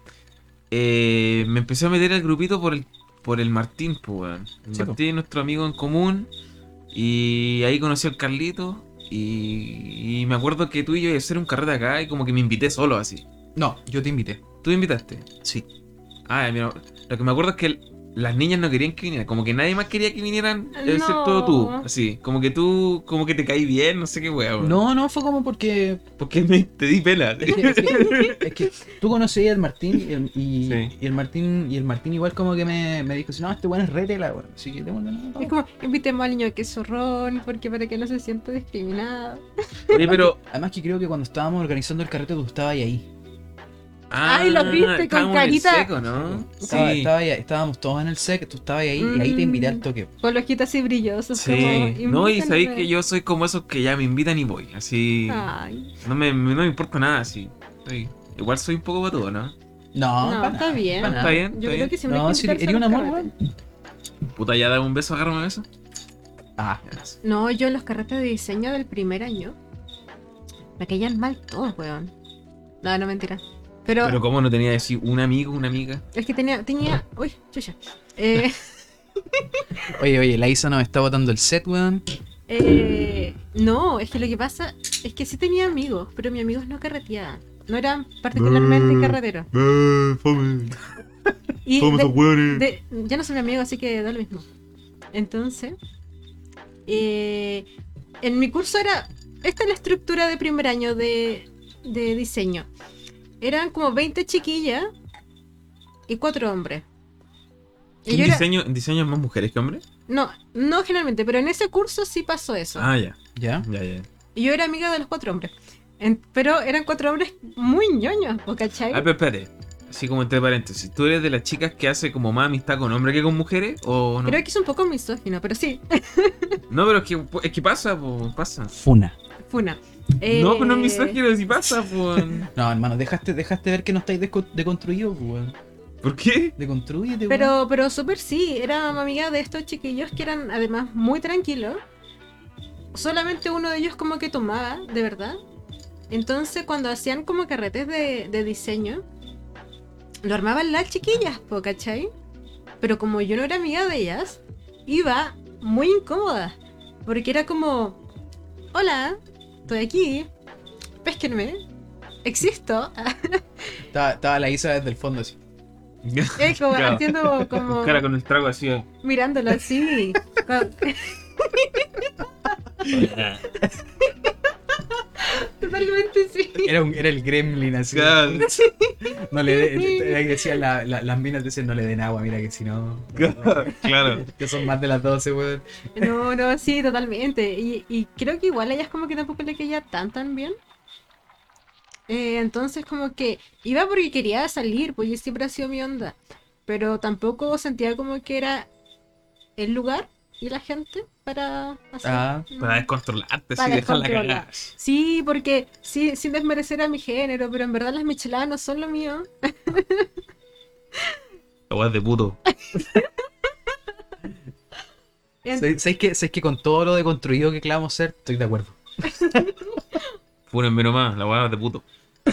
[SPEAKER 1] eh, me empecé a meter al grupito por el, por el Martín, po, weón. El
[SPEAKER 3] Sí, po.
[SPEAKER 1] Martín, nuestro amigo en común. Y ahí conocí al Carlito. Y, y me acuerdo que tú y yo íbamos a hacer un carrete acá y como que me invité solo así.
[SPEAKER 3] No, yo te invité.
[SPEAKER 1] ¿Tú me invitaste?
[SPEAKER 3] Sí.
[SPEAKER 1] Ah, mira, lo que me acuerdo es que el- las niñas no querían que vinieran, como que nadie más quería que vinieran,
[SPEAKER 2] No.
[SPEAKER 1] excepto tú, así, como que tú, como que te caí bien, no sé qué weá, weón.
[SPEAKER 3] No, no, fue como porque.
[SPEAKER 1] Porque me, te di pena.
[SPEAKER 3] Es que, es que- es que tú conocías al Martín y el, y,
[SPEAKER 1] Sí.
[SPEAKER 3] y el Martín y el Martín igual como que me, me dijo, no, este weón es retela, weón. Así que démosle una
[SPEAKER 2] Es como, invitemos al niño que es zorrón, porque para que no se sienta discriminado.
[SPEAKER 1] Oye, pero
[SPEAKER 3] Además que creo que cuando estábamos organizando el carrete tú estabas ahí.
[SPEAKER 2] Ay, lo viste con
[SPEAKER 1] Ah, estábamos en el
[SPEAKER 2] carita.
[SPEAKER 1] seco, ¿no?
[SPEAKER 3] Estaba-
[SPEAKER 1] Sí.
[SPEAKER 3] estaba ahí- estábamos todos en el set, tú estabas ahí y ahí te invité al toque.
[SPEAKER 2] Con los ojitos así brillosos.
[SPEAKER 1] Sí,
[SPEAKER 2] como,
[SPEAKER 1] no, y
[SPEAKER 2] invítenme.
[SPEAKER 1] sabéis que yo soy como esos que ya me invitan y voy, así.
[SPEAKER 2] Ay,
[SPEAKER 1] No me, no me importa nada, así. Estoy- Igual soy un poco batudo, ¿no?
[SPEAKER 3] No,
[SPEAKER 2] No,
[SPEAKER 3] Ah, pa'
[SPEAKER 2] está
[SPEAKER 3] nada,
[SPEAKER 2] bien.
[SPEAKER 3] pa' nada.
[SPEAKER 1] Está bien,
[SPEAKER 2] yo
[SPEAKER 1] está
[SPEAKER 2] creo
[SPEAKER 1] bien.
[SPEAKER 2] que siempre
[SPEAKER 3] No,
[SPEAKER 2] hay que
[SPEAKER 3] si
[SPEAKER 2] invitarse
[SPEAKER 3] eres un
[SPEAKER 2] a los
[SPEAKER 3] amor,
[SPEAKER 2] carretes.
[SPEAKER 3] weón.
[SPEAKER 1] Puta, ya dame un beso, agárrame un beso.
[SPEAKER 3] Ah,
[SPEAKER 2] No, yo en los carretes de diseño del primer año me caían mal todos, weón. No, no mentira. Pero,
[SPEAKER 1] Pero cómo no tenía así un amigo, una amiga.
[SPEAKER 2] es que tenía, tenía, uy, chucha. Eh,
[SPEAKER 3] oye, oye, la Isa nos está botando el set, weón.
[SPEAKER 2] eh, no, es que lo que pasa es que sí tenía amigos, pero mis amigos no carreteaban. No eran particularmente
[SPEAKER 1] Mm.
[SPEAKER 2] carreteros.
[SPEAKER 1] Eh, fome.
[SPEAKER 2] Y
[SPEAKER 1] Fome
[SPEAKER 2] de-
[SPEAKER 1] esos hueones.
[SPEAKER 2] De- ya no soy mi amigo, así que da lo mismo. Entonces, eh, en mi curso era. Esta es la estructura de primer año de, de diseño. Eran como 20 chiquillas y cuatro hombres. Y
[SPEAKER 1] ¿En
[SPEAKER 2] yo era-
[SPEAKER 1] diseño, en diseño es más mujeres que hombres?
[SPEAKER 2] no, no generalmente, pero en ese curso sí pasó eso.
[SPEAKER 1] Ah, ya,
[SPEAKER 3] ¿Ya?
[SPEAKER 1] ya, ya.
[SPEAKER 2] Y yo era amiga de los cuatro hombres. En- pero eran cuatro hombres muy ñoños, ¿po ¿cachai?
[SPEAKER 1] Ah, pero espérate. Así como entre paréntesis. ¿Tú eres de las chicas que hace como más amistad con hombres que con mujeres? ¿O no?
[SPEAKER 2] Creo que es un poco misógino, pero sí,
[SPEAKER 1] No, pero es que, es que pasa, pues, pasa.
[SPEAKER 3] Funa.
[SPEAKER 2] Funa.
[SPEAKER 1] No, pero no es
[SPEAKER 2] Eh,
[SPEAKER 1] misógino, si pasa, pues.
[SPEAKER 3] No, hermano, dejaste, dejaste ver que no estáis desco- deconstruidos, weón.
[SPEAKER 1] ¿Por qué?
[SPEAKER 3] Deconstruyete, weón.
[SPEAKER 2] Pero, pero súper sí, era amiga de estos chiquillos que eran además muy tranquilos. Solamente uno de ellos como que tomaba, de verdad. Entonces cuando hacían como carretes de, de diseño, lo armaban las chiquillas, po, ¿cachai? Pero como yo no era amiga de ellas, iba muy incómoda. Porque era como, hola, estoy aquí, pésquenme, existo.
[SPEAKER 3] Estaba, estaba la Isa desde el fondo así.
[SPEAKER 2] Es como
[SPEAKER 1] Claro.
[SPEAKER 2] haciendo como...
[SPEAKER 1] Cara con el trago así. eh.
[SPEAKER 2] mirándolo así. con- Totalmente sí.
[SPEAKER 3] Era, un, era el gremlin así.
[SPEAKER 1] Claro.
[SPEAKER 3] No le de- era que decían la- la- las minas decían no le den agua, mira que si no.
[SPEAKER 1] Claro.
[SPEAKER 3] Que son más de las 12, weón.
[SPEAKER 2] No, no, sí, totalmente. Y, y creo que igual a ellas como que tampoco le caía tan tan bien. Eh, entonces como que iba porque quería salir, pues yo siempre ha sido mi onda. Pero tampoco sentía como que era el lugar y la gente para hacer.
[SPEAKER 3] Ah,
[SPEAKER 1] Para descontrolarte, sí,
[SPEAKER 2] Para
[SPEAKER 1] dejarla
[SPEAKER 2] descontrolar.
[SPEAKER 1] cagar.
[SPEAKER 2] Sí, porque sí, sin desmerecer a mi género, pero en verdad las micheladas no son lo mío.
[SPEAKER 1] La weá es de puto.
[SPEAKER 2] En-
[SPEAKER 3] ¿Sabéis sabéis que, sabéis que con todo lo deconstruido que clavamos ser, estoy de acuerdo?
[SPEAKER 1] Fúrenme nomás, la weá es de puto.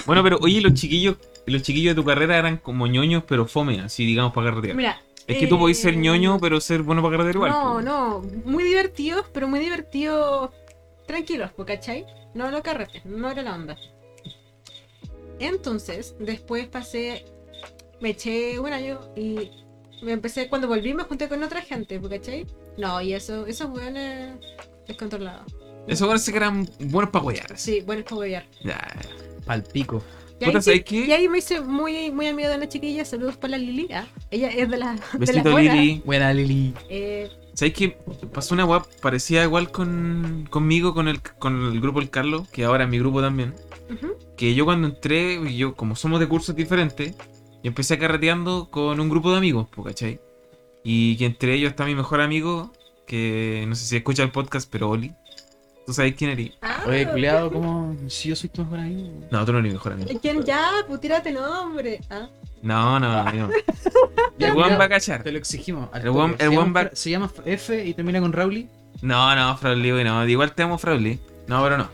[SPEAKER 1] Bueno, pero oye, los chiquillos, los chiquillos de tu carrera eran como ñoños, pero fome, así digamos para carretear.
[SPEAKER 2] Mira,
[SPEAKER 1] es que tú podés ser
[SPEAKER 2] eh,
[SPEAKER 1] ñoño, pero ser bueno para carretear igual. pues.
[SPEAKER 2] No,
[SPEAKER 1] po.
[SPEAKER 2] no, muy divertidos, pero muy divertidos tranquilos, po, ¿cachai? No lo carretes, no era la onda. Entonces, después pasé, me eché un año y me empecé, cuando volví me junté con otra gente, po, ¿cachai? No, y eso, esos weones descontrolados.
[SPEAKER 1] Esos parece que eran buenos para wear.
[SPEAKER 2] Sí, bueno, es como ver.
[SPEAKER 1] Ya.
[SPEAKER 3] Palpico.
[SPEAKER 2] Y
[SPEAKER 1] Puta,
[SPEAKER 2] ahí, sí-
[SPEAKER 1] ¿sabes qué?
[SPEAKER 2] y ahí me hice muy, muy amiga de una chiquilla, saludos para la Lili. ah, Ella es de las de las
[SPEAKER 1] Besito
[SPEAKER 2] buenas.
[SPEAKER 1] Lili.
[SPEAKER 3] Buena Lili.
[SPEAKER 2] Eh,
[SPEAKER 1] ¿Sabes qué? Pasó una weá parecida igual con, conmigo, con el, con el grupo El Carlos, que ahora es mi grupo también.
[SPEAKER 2] ujú.
[SPEAKER 1] que yo cuando entré, yo como somos de cursos diferentes, yo empecé carreteando con un grupo de amigos, po, ¿cachai? Y que entre ellos está mi mejor amigo, que no sé si escucha el podcast, pero Oli. ¿Tú sabes quién eres?
[SPEAKER 2] Ah,
[SPEAKER 3] Oye, culiado, ¿cómo? Si yo soy tu mejor amigo.
[SPEAKER 1] No, tú no eres mi mejor amigo.
[SPEAKER 2] ¿Quién ya? Pues tírate nombre. Ah.
[SPEAKER 1] No, no, no.
[SPEAKER 3] Ya,
[SPEAKER 1] El weón
[SPEAKER 3] culiao,
[SPEAKER 1] va a cachar.
[SPEAKER 3] Te lo exigimos. al
[SPEAKER 1] El weón-
[SPEAKER 3] toque.
[SPEAKER 1] el
[SPEAKER 3] se,
[SPEAKER 1] weón
[SPEAKER 3] llama,
[SPEAKER 1] va-
[SPEAKER 3] se llama F y termina con Rowley.
[SPEAKER 1] No, no, Fraudly, güey, no. Igual te amo, Fraudly. No, pero no.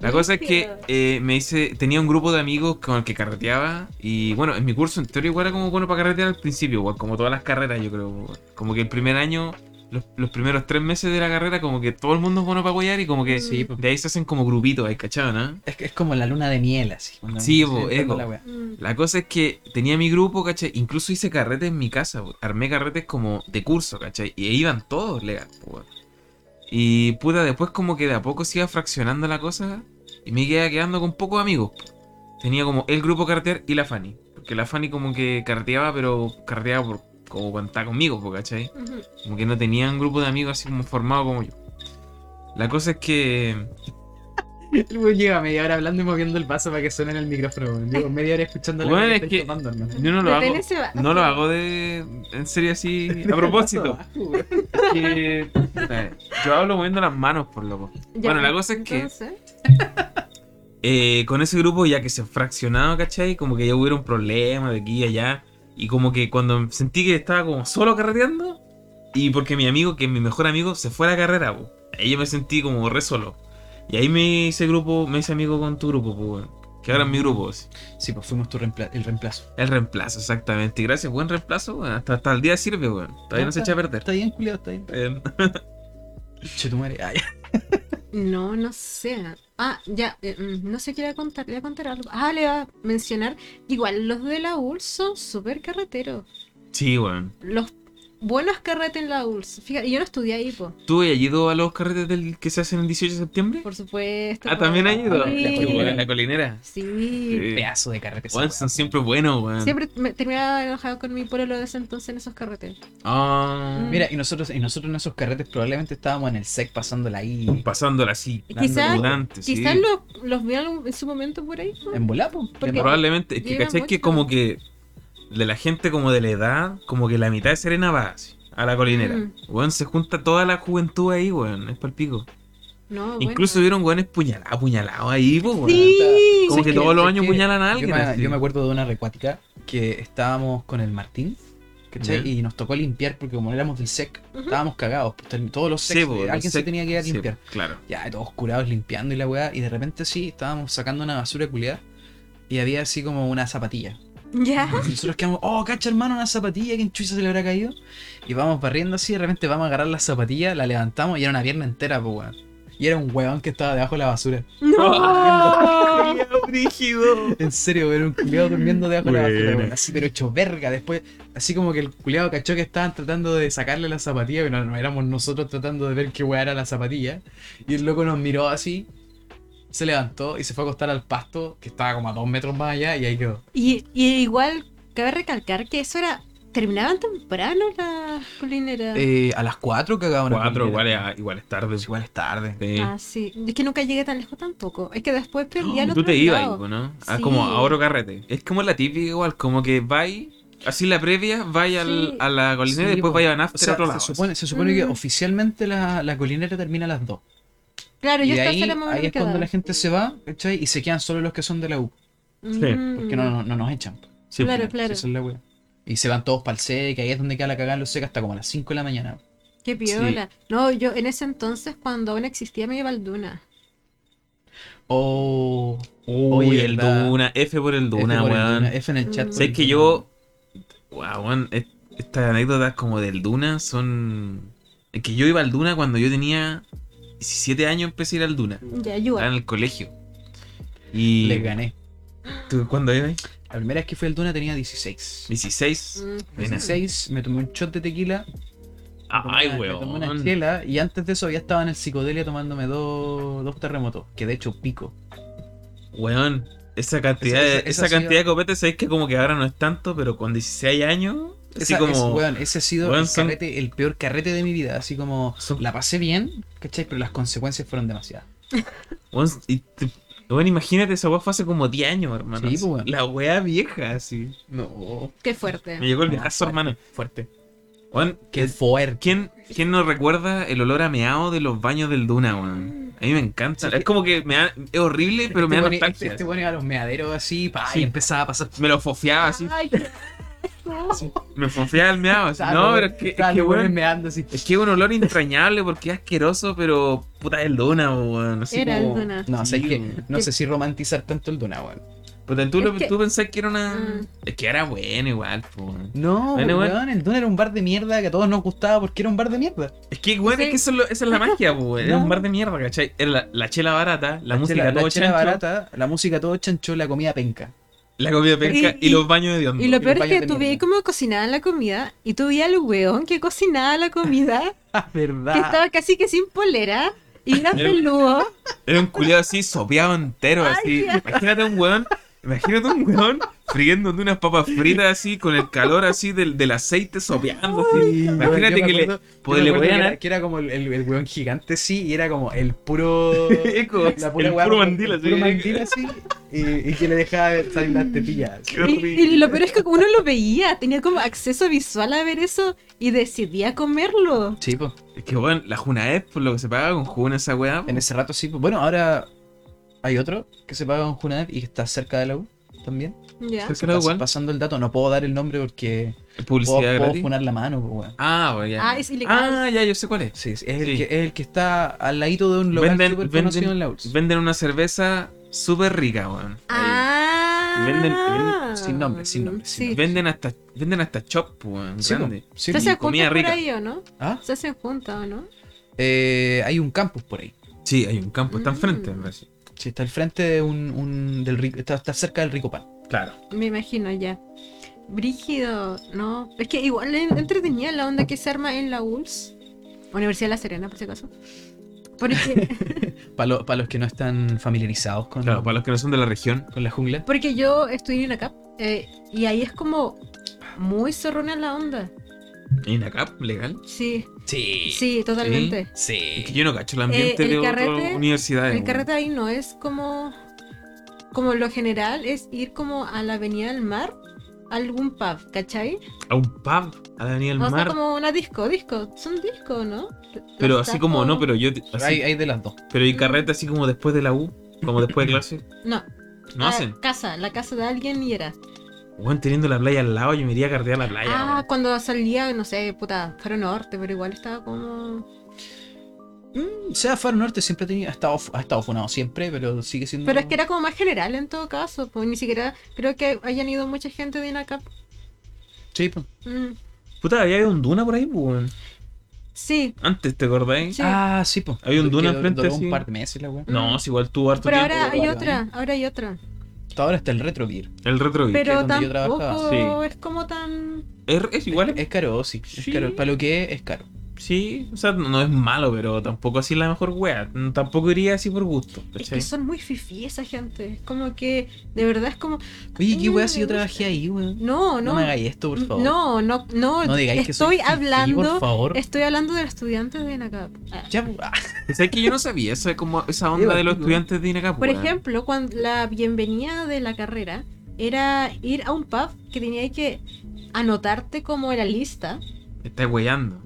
[SPEAKER 1] La cosa es que eh, me hice, tenía un grupo de amigos con el que carreteaba y bueno, en mi curso en teoría igual era como bueno para carretear al principio, weón, como todas las carreras yo creo. weón. Como que el primer año, los, los primeros tres meses de la carrera como que todo el mundo es bueno para guayar y como que
[SPEAKER 2] Sí,
[SPEAKER 3] po.
[SPEAKER 1] de ahí se hacen como grupitos, ¿hay cachado, no?
[SPEAKER 3] Es, que es como la luna de miel, así. cuando-
[SPEAKER 1] Sí, po,
[SPEAKER 3] cuando
[SPEAKER 1] ego.
[SPEAKER 3] la wea.
[SPEAKER 2] Mm.
[SPEAKER 1] La cosa es que tenía mi grupo, ¿cachai? Incluso hice carretes en mi casa, weón. armé carretes como de curso, ¿cachai? Y ahí iban todos legal, po, weón. Y puta, después como que de a poco se iba fraccionando la cosa y me quedaba quedando con pocos amigos. po. Tenía como el grupo carretear y la Fanny. Porque la Fanny como que carreteaba, pero carreteaba por, como cuando estaba conmigo, po, ¿cachai?
[SPEAKER 2] Ujú.
[SPEAKER 1] Como que no tenían grupo de amigos así como formado como yo. La cosa es que.
[SPEAKER 3] El weón lleva media hora hablando y moviendo el vaso para que suene en el micrófono. weón. Llevo media hora escuchando la
[SPEAKER 1] Weón,
[SPEAKER 3] que
[SPEAKER 1] es
[SPEAKER 3] estáis
[SPEAKER 1] que-
[SPEAKER 3] tomando, hermano.
[SPEAKER 1] Yo no lo hago.
[SPEAKER 2] Detén ese va-
[SPEAKER 1] No lo hago de. En serio, así. A propósito. Es que, puta, Yo hablo moviendo las manos, por loco.
[SPEAKER 2] Ya,
[SPEAKER 1] Bueno, la cosa es que
[SPEAKER 2] entonces,
[SPEAKER 1] eh, con ese grupo, ya que se fraccionaba, ¿cachai? Como que ya hubiera un problema de aquí y allá. Y como que cuando sentí que estaba como solo carreteando, y porque mi amigo, que es mi mejor amigo, se fue a la carrera, po. ahí yo me sentí como re solo. Y ahí me hice grupo, me hice amigo con tu grupo, po, weón. que ahora es mi grupo. así.
[SPEAKER 3] Sí, pues fuimos tu reempla- el reemplazo.
[SPEAKER 1] El reemplazo, exactamente. Y gracias, buen reemplazo, weón. Hasta, hasta el día sirve, weón. Todavía no se echa a perder.
[SPEAKER 3] Está bien, culiado, está bien.
[SPEAKER 1] Eh,
[SPEAKER 3] Che, tu madre. Ay,
[SPEAKER 2] No, no sé. Ah, ya, eh, mm, no sé qué le voy a contar, le voy a contar algo. Ah, le voy a mencionar. Igual, los de la UL son súper carreteros.
[SPEAKER 1] Sí, weón.
[SPEAKER 2] Los buenos carretes en la ULS. Fíjate, y yo no estudié ahí, po,
[SPEAKER 1] ¿Tú has ido a los carretes del que se hacen el 18 de septiembre?
[SPEAKER 2] por supuesto.
[SPEAKER 1] Ah,
[SPEAKER 2] po.
[SPEAKER 1] también has ido.
[SPEAKER 2] Sí.
[SPEAKER 1] La colinera. La colinera.
[SPEAKER 2] Sí.
[SPEAKER 1] Sí.
[SPEAKER 3] Pedazo de carrete. esa
[SPEAKER 1] Weón,
[SPEAKER 3] weá.
[SPEAKER 1] son siempre buenos, weón.
[SPEAKER 2] Siempre me terminaba enojado con mi pueblo de ese entonces en esos carretes.
[SPEAKER 1] Ah,
[SPEAKER 2] Mm.
[SPEAKER 3] Mira, y nosotros, y nosotros en esos carretes probablemente estábamos en el sec pasándola ahí
[SPEAKER 1] pasándola así.
[SPEAKER 2] Y quizás-
[SPEAKER 1] ambulante, sí.
[SPEAKER 2] Quizás los, los vi algún- en su momento por ahí. ¿no?
[SPEAKER 3] en pues. volapo.
[SPEAKER 2] Porque-
[SPEAKER 1] Probablemente. Es que,
[SPEAKER 2] Llegan
[SPEAKER 1] ¿cachai? Que
[SPEAKER 2] mucho.
[SPEAKER 1] como que de la gente como de la edad, como que la mitad de Serena va así, a la colinera.
[SPEAKER 2] Mm.
[SPEAKER 1] Weón, se junta toda la juventud ahí, weón. Es palpico.
[SPEAKER 2] No, Ah, bueno.
[SPEAKER 1] Incluso vieron weones puñalados, apuñalados ahí, po, weón.
[SPEAKER 2] Sí.
[SPEAKER 1] Como que
[SPEAKER 3] Sí,
[SPEAKER 1] todos los años
[SPEAKER 3] es que
[SPEAKER 1] puñalan a
[SPEAKER 3] Yo
[SPEAKER 1] alguien.
[SPEAKER 3] me,
[SPEAKER 1] así.
[SPEAKER 3] yo me acuerdo de una recuática que estábamos con el Martín, ¿cachai?
[SPEAKER 1] Ya.
[SPEAKER 3] Y nos tocó limpiar porque como éramos del SEC,
[SPEAKER 2] Ujú.
[SPEAKER 3] estábamos cagados. pues, termi- todos los
[SPEAKER 1] Sí,
[SPEAKER 3] SEC,
[SPEAKER 1] po,
[SPEAKER 3] eh,
[SPEAKER 1] los
[SPEAKER 3] alguien se
[SPEAKER 1] SEC,
[SPEAKER 3] tenía que ir a
[SPEAKER 1] Sí,
[SPEAKER 3] limpiar.
[SPEAKER 1] claro.
[SPEAKER 3] Ya, todos curados limpiando y la weá. Y de repente sí, estábamos sacando una basura culiada. Y había así como una zapatilla.
[SPEAKER 2] Ya.
[SPEAKER 3] Y nosotros quedamos, oh, cacha hermano, una zapatilla que en Chuisa se le habrá caído. Y vamos barriendo así, de repente vamos a agarrar la zapatilla, la levantamos y era una pierna entera, pues weón. Y era un weón que estaba debajo de la basura.
[SPEAKER 2] No.
[SPEAKER 1] ¡Brígido!
[SPEAKER 3] En serio, era un culiado durmiendo debajo de la
[SPEAKER 1] Buena.
[SPEAKER 3] basura, weón. Así, pero hecho verga. Después, así como que el culiado cachó que estaban tratando de sacarle la zapatilla, pero no éramos nosotros tratando de ver qué weá era la zapatilla. Y el loco nos miró así, se levantó y se fue a acostar al pasto, que estaba como a dos metros más allá, y ahí quedó.
[SPEAKER 2] Y, y igual, cabe recalcar que eso era. Terminaban temprano las culineras.
[SPEAKER 3] Eh, a las cuatro cagaban.
[SPEAKER 1] Cuatro, igual es, ah, igual es tarde.
[SPEAKER 3] Pues igual es tarde.
[SPEAKER 1] Sí.
[SPEAKER 2] Ah, sí. Es que nunca llegué tan lejos tampoco. Es que después prendía los
[SPEAKER 1] Tú te ibas, ahí, ¿no? Ah,
[SPEAKER 2] Sí.
[SPEAKER 1] como a oro carrete. Es como la típica igual, como que vais, así la previa, vais al,
[SPEAKER 2] Sí.
[SPEAKER 1] a la colina y
[SPEAKER 3] Sí,
[SPEAKER 1] después
[SPEAKER 3] po.
[SPEAKER 1] vais a NAFTA
[SPEAKER 3] O sea,
[SPEAKER 1] a otro lado.
[SPEAKER 3] se supone, se supone que
[SPEAKER 2] Mm.
[SPEAKER 3] oficialmente la, la colinera termina a las dos.
[SPEAKER 2] Claro,
[SPEAKER 3] y
[SPEAKER 2] yo
[SPEAKER 3] de
[SPEAKER 2] estaba
[SPEAKER 3] ahí,
[SPEAKER 2] sola mamá
[SPEAKER 3] ahí es
[SPEAKER 2] me
[SPEAKER 3] cuando
[SPEAKER 2] quedaba.
[SPEAKER 3] la gente se va, ¿cachai? Y se quedan solo los que son de la U,
[SPEAKER 2] Mm.
[SPEAKER 3] porque no, no, no nos echan.
[SPEAKER 1] Sí,
[SPEAKER 2] Claro,
[SPEAKER 1] po.
[SPEAKER 2] claro.
[SPEAKER 3] Esa es la wea. Y se van todos para el SEC, ahí es donde queda la cagada en los SEC hasta como a las 5 de la mañana.
[SPEAKER 2] Qué piola. No, yo en ese entonces, cuando aún existía, me iba al Duna.
[SPEAKER 3] Oh,
[SPEAKER 1] Uy,
[SPEAKER 3] Oye,
[SPEAKER 1] el
[SPEAKER 3] ¿verdad?
[SPEAKER 1] Duna, F por el Duna,
[SPEAKER 3] F por el
[SPEAKER 1] weón.
[SPEAKER 3] Duna, F en el chat.
[SPEAKER 2] Mm.
[SPEAKER 3] por
[SPEAKER 1] Sé
[SPEAKER 3] el
[SPEAKER 1] que
[SPEAKER 3] Duna.
[SPEAKER 1] yo. Wow, weón, es- estas anécdotas como del Duna son. es que yo iba al Duna cuando yo tenía 17 años, empecé a ir al Duna.
[SPEAKER 2] Ya, yo.
[SPEAKER 1] Estaba en el colegio. Y.
[SPEAKER 3] les gané.
[SPEAKER 1] ¿Tú cuándo ibas?
[SPEAKER 3] La primera vez que fui al Duna tenía 16. Ah,
[SPEAKER 1] 16.
[SPEAKER 2] Mm.
[SPEAKER 1] Buena.
[SPEAKER 3] 16, me tomé un shot de tequila. me tomé
[SPEAKER 1] Ay,
[SPEAKER 3] una- me
[SPEAKER 1] weón.
[SPEAKER 3] tomé una chela y antes de eso ya estaba en el psicodelia tomándome dos, dos terremotos, que de hecho pico.
[SPEAKER 1] Weón, esa cantidad,
[SPEAKER 3] Esa-
[SPEAKER 1] de-
[SPEAKER 3] esa-
[SPEAKER 1] esa
[SPEAKER 3] esa ha sido-
[SPEAKER 1] cantidad de copetes, sabéis que como que ahora no es tanto, pero con 16 años, así
[SPEAKER 3] Esa-
[SPEAKER 1] como.
[SPEAKER 3] es- weón, ese ha sido
[SPEAKER 1] weón,
[SPEAKER 3] el,
[SPEAKER 1] son-
[SPEAKER 3] carrete- el peor carrete de mi vida. Así como
[SPEAKER 1] Son-
[SPEAKER 3] la pasé bien, ¿cachai? Pero las consecuencias fueron demasiadas.
[SPEAKER 1] weón, y te- weón, imagínate, esa weá fue hace como 10 años, hermano.
[SPEAKER 3] Sí,
[SPEAKER 1] así.
[SPEAKER 3] pues, weón.
[SPEAKER 1] La weá vieja, así.
[SPEAKER 3] No.
[SPEAKER 2] Qué
[SPEAKER 1] Me
[SPEAKER 2] fuerte.
[SPEAKER 1] llegó el
[SPEAKER 3] No,
[SPEAKER 1] viejazo,
[SPEAKER 3] Ah, fuerte.
[SPEAKER 1] hermano.
[SPEAKER 3] Fuerte.
[SPEAKER 1] Weón,
[SPEAKER 3] Qué fuerte.
[SPEAKER 1] ¿quién, ¿quién no recuerda el olor a meado de los baños del Duna, weón? A mí me encanta.
[SPEAKER 3] Sí,
[SPEAKER 1] es como que me da- es horrible, pero me da
[SPEAKER 3] este pone,
[SPEAKER 1] nostalgia.
[SPEAKER 3] Este pone a los meaderos así, pa,
[SPEAKER 1] Sí.
[SPEAKER 3] y empezaba a pasar.
[SPEAKER 1] Me lo fofeaba así.
[SPEAKER 2] Ay, qué asco.
[SPEAKER 1] Me fofeaba el meado. así.
[SPEAKER 3] Estaba
[SPEAKER 1] No,
[SPEAKER 3] los-
[SPEAKER 1] pero es que, es
[SPEAKER 3] estaban
[SPEAKER 1] que
[SPEAKER 3] los
[SPEAKER 1] weón,
[SPEAKER 3] buenos meando así.
[SPEAKER 1] Es que es un olor entrañable porque es asqueroso, pero puta el dona, weón. Así
[SPEAKER 2] Era el
[SPEAKER 1] como-
[SPEAKER 2] Duna.
[SPEAKER 3] No,
[SPEAKER 1] Sí,
[SPEAKER 3] sé que
[SPEAKER 1] weón.
[SPEAKER 3] no
[SPEAKER 2] Que-
[SPEAKER 3] sé si romantizar tanto el Duna, weón.
[SPEAKER 1] Puta, tú, lo-
[SPEAKER 2] Es que-
[SPEAKER 1] tú pensás que era una.
[SPEAKER 2] Mm.
[SPEAKER 1] Es que era bueno igual, po, weón.
[SPEAKER 3] No,
[SPEAKER 1] Bueno,
[SPEAKER 3] weón,
[SPEAKER 1] weón.
[SPEAKER 3] el Duna era un bar de mierda que a todos nos gustaba porque era un bar de mierda.
[SPEAKER 1] Es que, weón,
[SPEAKER 2] Sí.
[SPEAKER 1] es que eso es lo- esa es la magia, po, weón. Era
[SPEAKER 3] No.
[SPEAKER 1] un bar de mierda, ¿cachai? Era la, la chela barata, la, música
[SPEAKER 3] chela-
[SPEAKER 1] todo
[SPEAKER 3] la chela
[SPEAKER 1] chancho,
[SPEAKER 3] barata, la música todo chancho, la comida penca.
[SPEAKER 1] la comida penca y,
[SPEAKER 2] Y- y-
[SPEAKER 1] los baños de hondo.
[SPEAKER 2] Y lo
[SPEAKER 3] los
[SPEAKER 2] peor es
[SPEAKER 3] baños
[SPEAKER 2] que
[SPEAKER 3] de
[SPEAKER 2] tú veías
[SPEAKER 3] mierda.
[SPEAKER 2] cómo cocinaban la comida y tú veías al weón que cocinaba la comida,
[SPEAKER 3] Ah, verdad.
[SPEAKER 2] que estaba casi que sin polera y era
[SPEAKER 1] Era-
[SPEAKER 2] peludo.
[SPEAKER 1] Era un culiado así, sopeado entero,
[SPEAKER 2] Ay,
[SPEAKER 1] así.
[SPEAKER 2] qué asco.
[SPEAKER 1] Imagínate un weón. Imagínate un weón friéndote unas papas fritas así, con el calor así del, del aceite sopeando. así.
[SPEAKER 3] Sí,
[SPEAKER 1] Imagínate
[SPEAKER 3] weón, yo me
[SPEAKER 1] que le-
[SPEAKER 3] acuerdo-
[SPEAKER 1] pues
[SPEAKER 3] yo me
[SPEAKER 1] le
[SPEAKER 3] acuerdo que
[SPEAKER 1] podían-
[SPEAKER 3] era, que era como el, el, el weón gigante, sí, y era como el puro.
[SPEAKER 1] Eco,
[SPEAKER 3] la pura
[SPEAKER 1] el
[SPEAKER 3] weá
[SPEAKER 1] puro
[SPEAKER 3] como-
[SPEAKER 1] mandil,
[SPEAKER 3] el
[SPEAKER 1] así.
[SPEAKER 3] puro mandil así, y, y que le dejaba salir las tetillas.
[SPEAKER 1] Qué
[SPEAKER 2] Y,
[SPEAKER 1] horrible.
[SPEAKER 2] y lo peor es que uno lo veía, tenía como acceso visual a ver eso y decidía comerlo.
[SPEAKER 3] Sí, po.
[SPEAKER 1] Es que bueno, la Juna es por lo que se paga con Juna esa weá. po.
[SPEAKER 3] En ese rato sí, po. Bueno, ahora hay otro que se paga con Junaev y que está cerca de la U también.
[SPEAKER 2] ¿Ya?
[SPEAKER 1] Cerca de
[SPEAKER 3] Pas-
[SPEAKER 1] la weá.
[SPEAKER 3] Pasando el dato, no puedo dar el nombre porque puedo,
[SPEAKER 1] Publicidad
[SPEAKER 3] puedo
[SPEAKER 1] gratis.
[SPEAKER 3] funar la mano, po, weón.
[SPEAKER 1] Ah, bueno, ya.
[SPEAKER 2] Ah, es ilegal.
[SPEAKER 1] Ah, ya, yo sé cuál es.
[SPEAKER 3] Sí, sí, es, el
[SPEAKER 1] Sí.
[SPEAKER 3] que, es el que está al ladito de un local
[SPEAKER 1] Venden,
[SPEAKER 3] súper
[SPEAKER 1] venden-
[SPEAKER 3] conocido en la URSS.
[SPEAKER 1] venden una cerveza súper rica, weón. Ahí.
[SPEAKER 2] Ah.
[SPEAKER 1] Venden- venden-
[SPEAKER 3] sin nombre, sin nombre, sin nombre.
[SPEAKER 1] Venden hasta, venden hasta chop, po, weón.
[SPEAKER 3] Sí, po.
[SPEAKER 1] grande.
[SPEAKER 3] Sí,
[SPEAKER 2] Se
[SPEAKER 3] po.
[SPEAKER 1] hace-
[SPEAKER 2] hacen
[SPEAKER 1] comida
[SPEAKER 2] juntas por
[SPEAKER 1] rica.
[SPEAKER 2] ahí, ¿o no?
[SPEAKER 3] Ah,
[SPEAKER 2] Se hacen juntas, ¿o no?
[SPEAKER 3] eh, hay un campus por ahí.
[SPEAKER 1] Sí, hay un campo, está
[SPEAKER 2] Mm.
[SPEAKER 1] enfrente, me parece.
[SPEAKER 3] Sí, está al frente de un, un- del rico, está, está cerca del rico pan.
[SPEAKER 1] Claro.
[SPEAKER 2] Me imagino ya. Brígido, ¿no? Es que igual en- entretenía la onda que se arma en la ULS. Universidad de La Serena, por si acaso. Porque,
[SPEAKER 3] Para los que no están familiarizados con,
[SPEAKER 1] Claro, para los que no son de la región.
[SPEAKER 3] con la jungla.
[SPEAKER 2] porque yo estudié en la CAP eh, y ahí es como muy zorrona la onda.
[SPEAKER 1] INACAP, legal.
[SPEAKER 2] Sí,
[SPEAKER 3] Sí.
[SPEAKER 2] sí, totalmente.
[SPEAKER 1] Es que
[SPEAKER 3] Sí.
[SPEAKER 1] yo no cacho el ambiente
[SPEAKER 2] Eh, el
[SPEAKER 1] de
[SPEAKER 2] carrete-
[SPEAKER 1] otras universidades.
[SPEAKER 2] El
[SPEAKER 1] weón.
[SPEAKER 2] carrete ahí no es como. Como lo general es ir como a la Avenida del Mar, a algún pub, ¿cachai?
[SPEAKER 1] A un pub, a Daniel
[SPEAKER 2] O sea,
[SPEAKER 1] Mar.
[SPEAKER 2] como una disco, disco. Son disco, ¿no?
[SPEAKER 1] Pero
[SPEAKER 2] Los
[SPEAKER 1] así como,
[SPEAKER 2] tacos-
[SPEAKER 1] no, pero yo. te- así-
[SPEAKER 3] Hay, hay de las dos.
[SPEAKER 1] pero y carrete así como después de la U, como después de clase.
[SPEAKER 2] No,
[SPEAKER 1] No
[SPEAKER 2] a
[SPEAKER 1] hacen.
[SPEAKER 2] Casa, la casa de alguien y era.
[SPEAKER 1] Weón, teniendo la playa al lado, yo me iría a carretear a la playa.
[SPEAKER 2] ah,
[SPEAKER 1] weón.
[SPEAKER 2] cuando salía, no sé, puta, Faro Norte, pero igual estaba como.
[SPEAKER 3] Mm, Sea Faro Norte siempre ha, tenido- ha estado, ha estado funado siempre, pero sigue siendo.
[SPEAKER 2] Pero es que era como más general en todo caso, pues ni siquiera creo que hayan ido mucha gente de INACAP.
[SPEAKER 3] Sí, po.
[SPEAKER 2] Mm,
[SPEAKER 1] Puta, había un duna por ahí, pues, weón.
[SPEAKER 2] Sí,
[SPEAKER 1] Antes, ¿te acordáis?
[SPEAKER 2] Sí.
[SPEAKER 3] Ah, sí, po.
[SPEAKER 1] Hay un
[SPEAKER 3] Que
[SPEAKER 1] duna
[SPEAKER 3] du-
[SPEAKER 1] enfrente,
[SPEAKER 3] duró
[SPEAKER 1] sí.
[SPEAKER 3] un par de meses la weá.
[SPEAKER 1] No, si igual tuvo harto
[SPEAKER 2] Mm. pero
[SPEAKER 1] tiempo.
[SPEAKER 2] ahora hay
[SPEAKER 3] igual,
[SPEAKER 2] otra, ahora hay otra.
[SPEAKER 3] Hasta ahora está el Retro Beer.
[SPEAKER 1] El retro Geek.
[SPEAKER 2] Pero
[SPEAKER 3] donde yo
[SPEAKER 2] tampoco
[SPEAKER 1] trabajaba.
[SPEAKER 2] es como tan.
[SPEAKER 1] es, es igual,
[SPEAKER 3] Es caro, oh, sí.
[SPEAKER 1] Sí.
[SPEAKER 3] Es caro. Para lo que es, es caro.
[SPEAKER 1] sí. O sea, no es malo, pero tampoco así la mejor wea. Mm, Tampoco iría así por gusto.
[SPEAKER 2] Es que
[SPEAKER 1] ¿cachai?
[SPEAKER 2] son muy fifí esa gente. Es como que, de verdad es como.
[SPEAKER 3] Oye, qué
[SPEAKER 2] Mm,
[SPEAKER 3] weá
[SPEAKER 2] me
[SPEAKER 3] si yo
[SPEAKER 2] gusta.
[SPEAKER 3] trabajé ahí, weón.
[SPEAKER 2] No,
[SPEAKER 3] No
[SPEAKER 2] no.
[SPEAKER 3] me hagáis esto, por favor.
[SPEAKER 2] no, no, no,
[SPEAKER 3] No digáis que soy
[SPEAKER 2] estoy
[SPEAKER 3] fifí,
[SPEAKER 2] hablando.
[SPEAKER 3] por favor.
[SPEAKER 2] Estoy hablando de los estudiantes de INACAP. Ah.
[SPEAKER 3] Ya, po. Ah,
[SPEAKER 1] O sea, es que yo no sabía esa, como, esa onda
[SPEAKER 3] Igual,
[SPEAKER 1] de los
[SPEAKER 3] igual.
[SPEAKER 1] estudiantes de INACAP.
[SPEAKER 2] Por
[SPEAKER 1] weón.
[SPEAKER 2] ejemplo, cuando la bienvenida de la carrera era ir a un pub que tenía que anotarte como era lista
[SPEAKER 1] Me Estás weyando.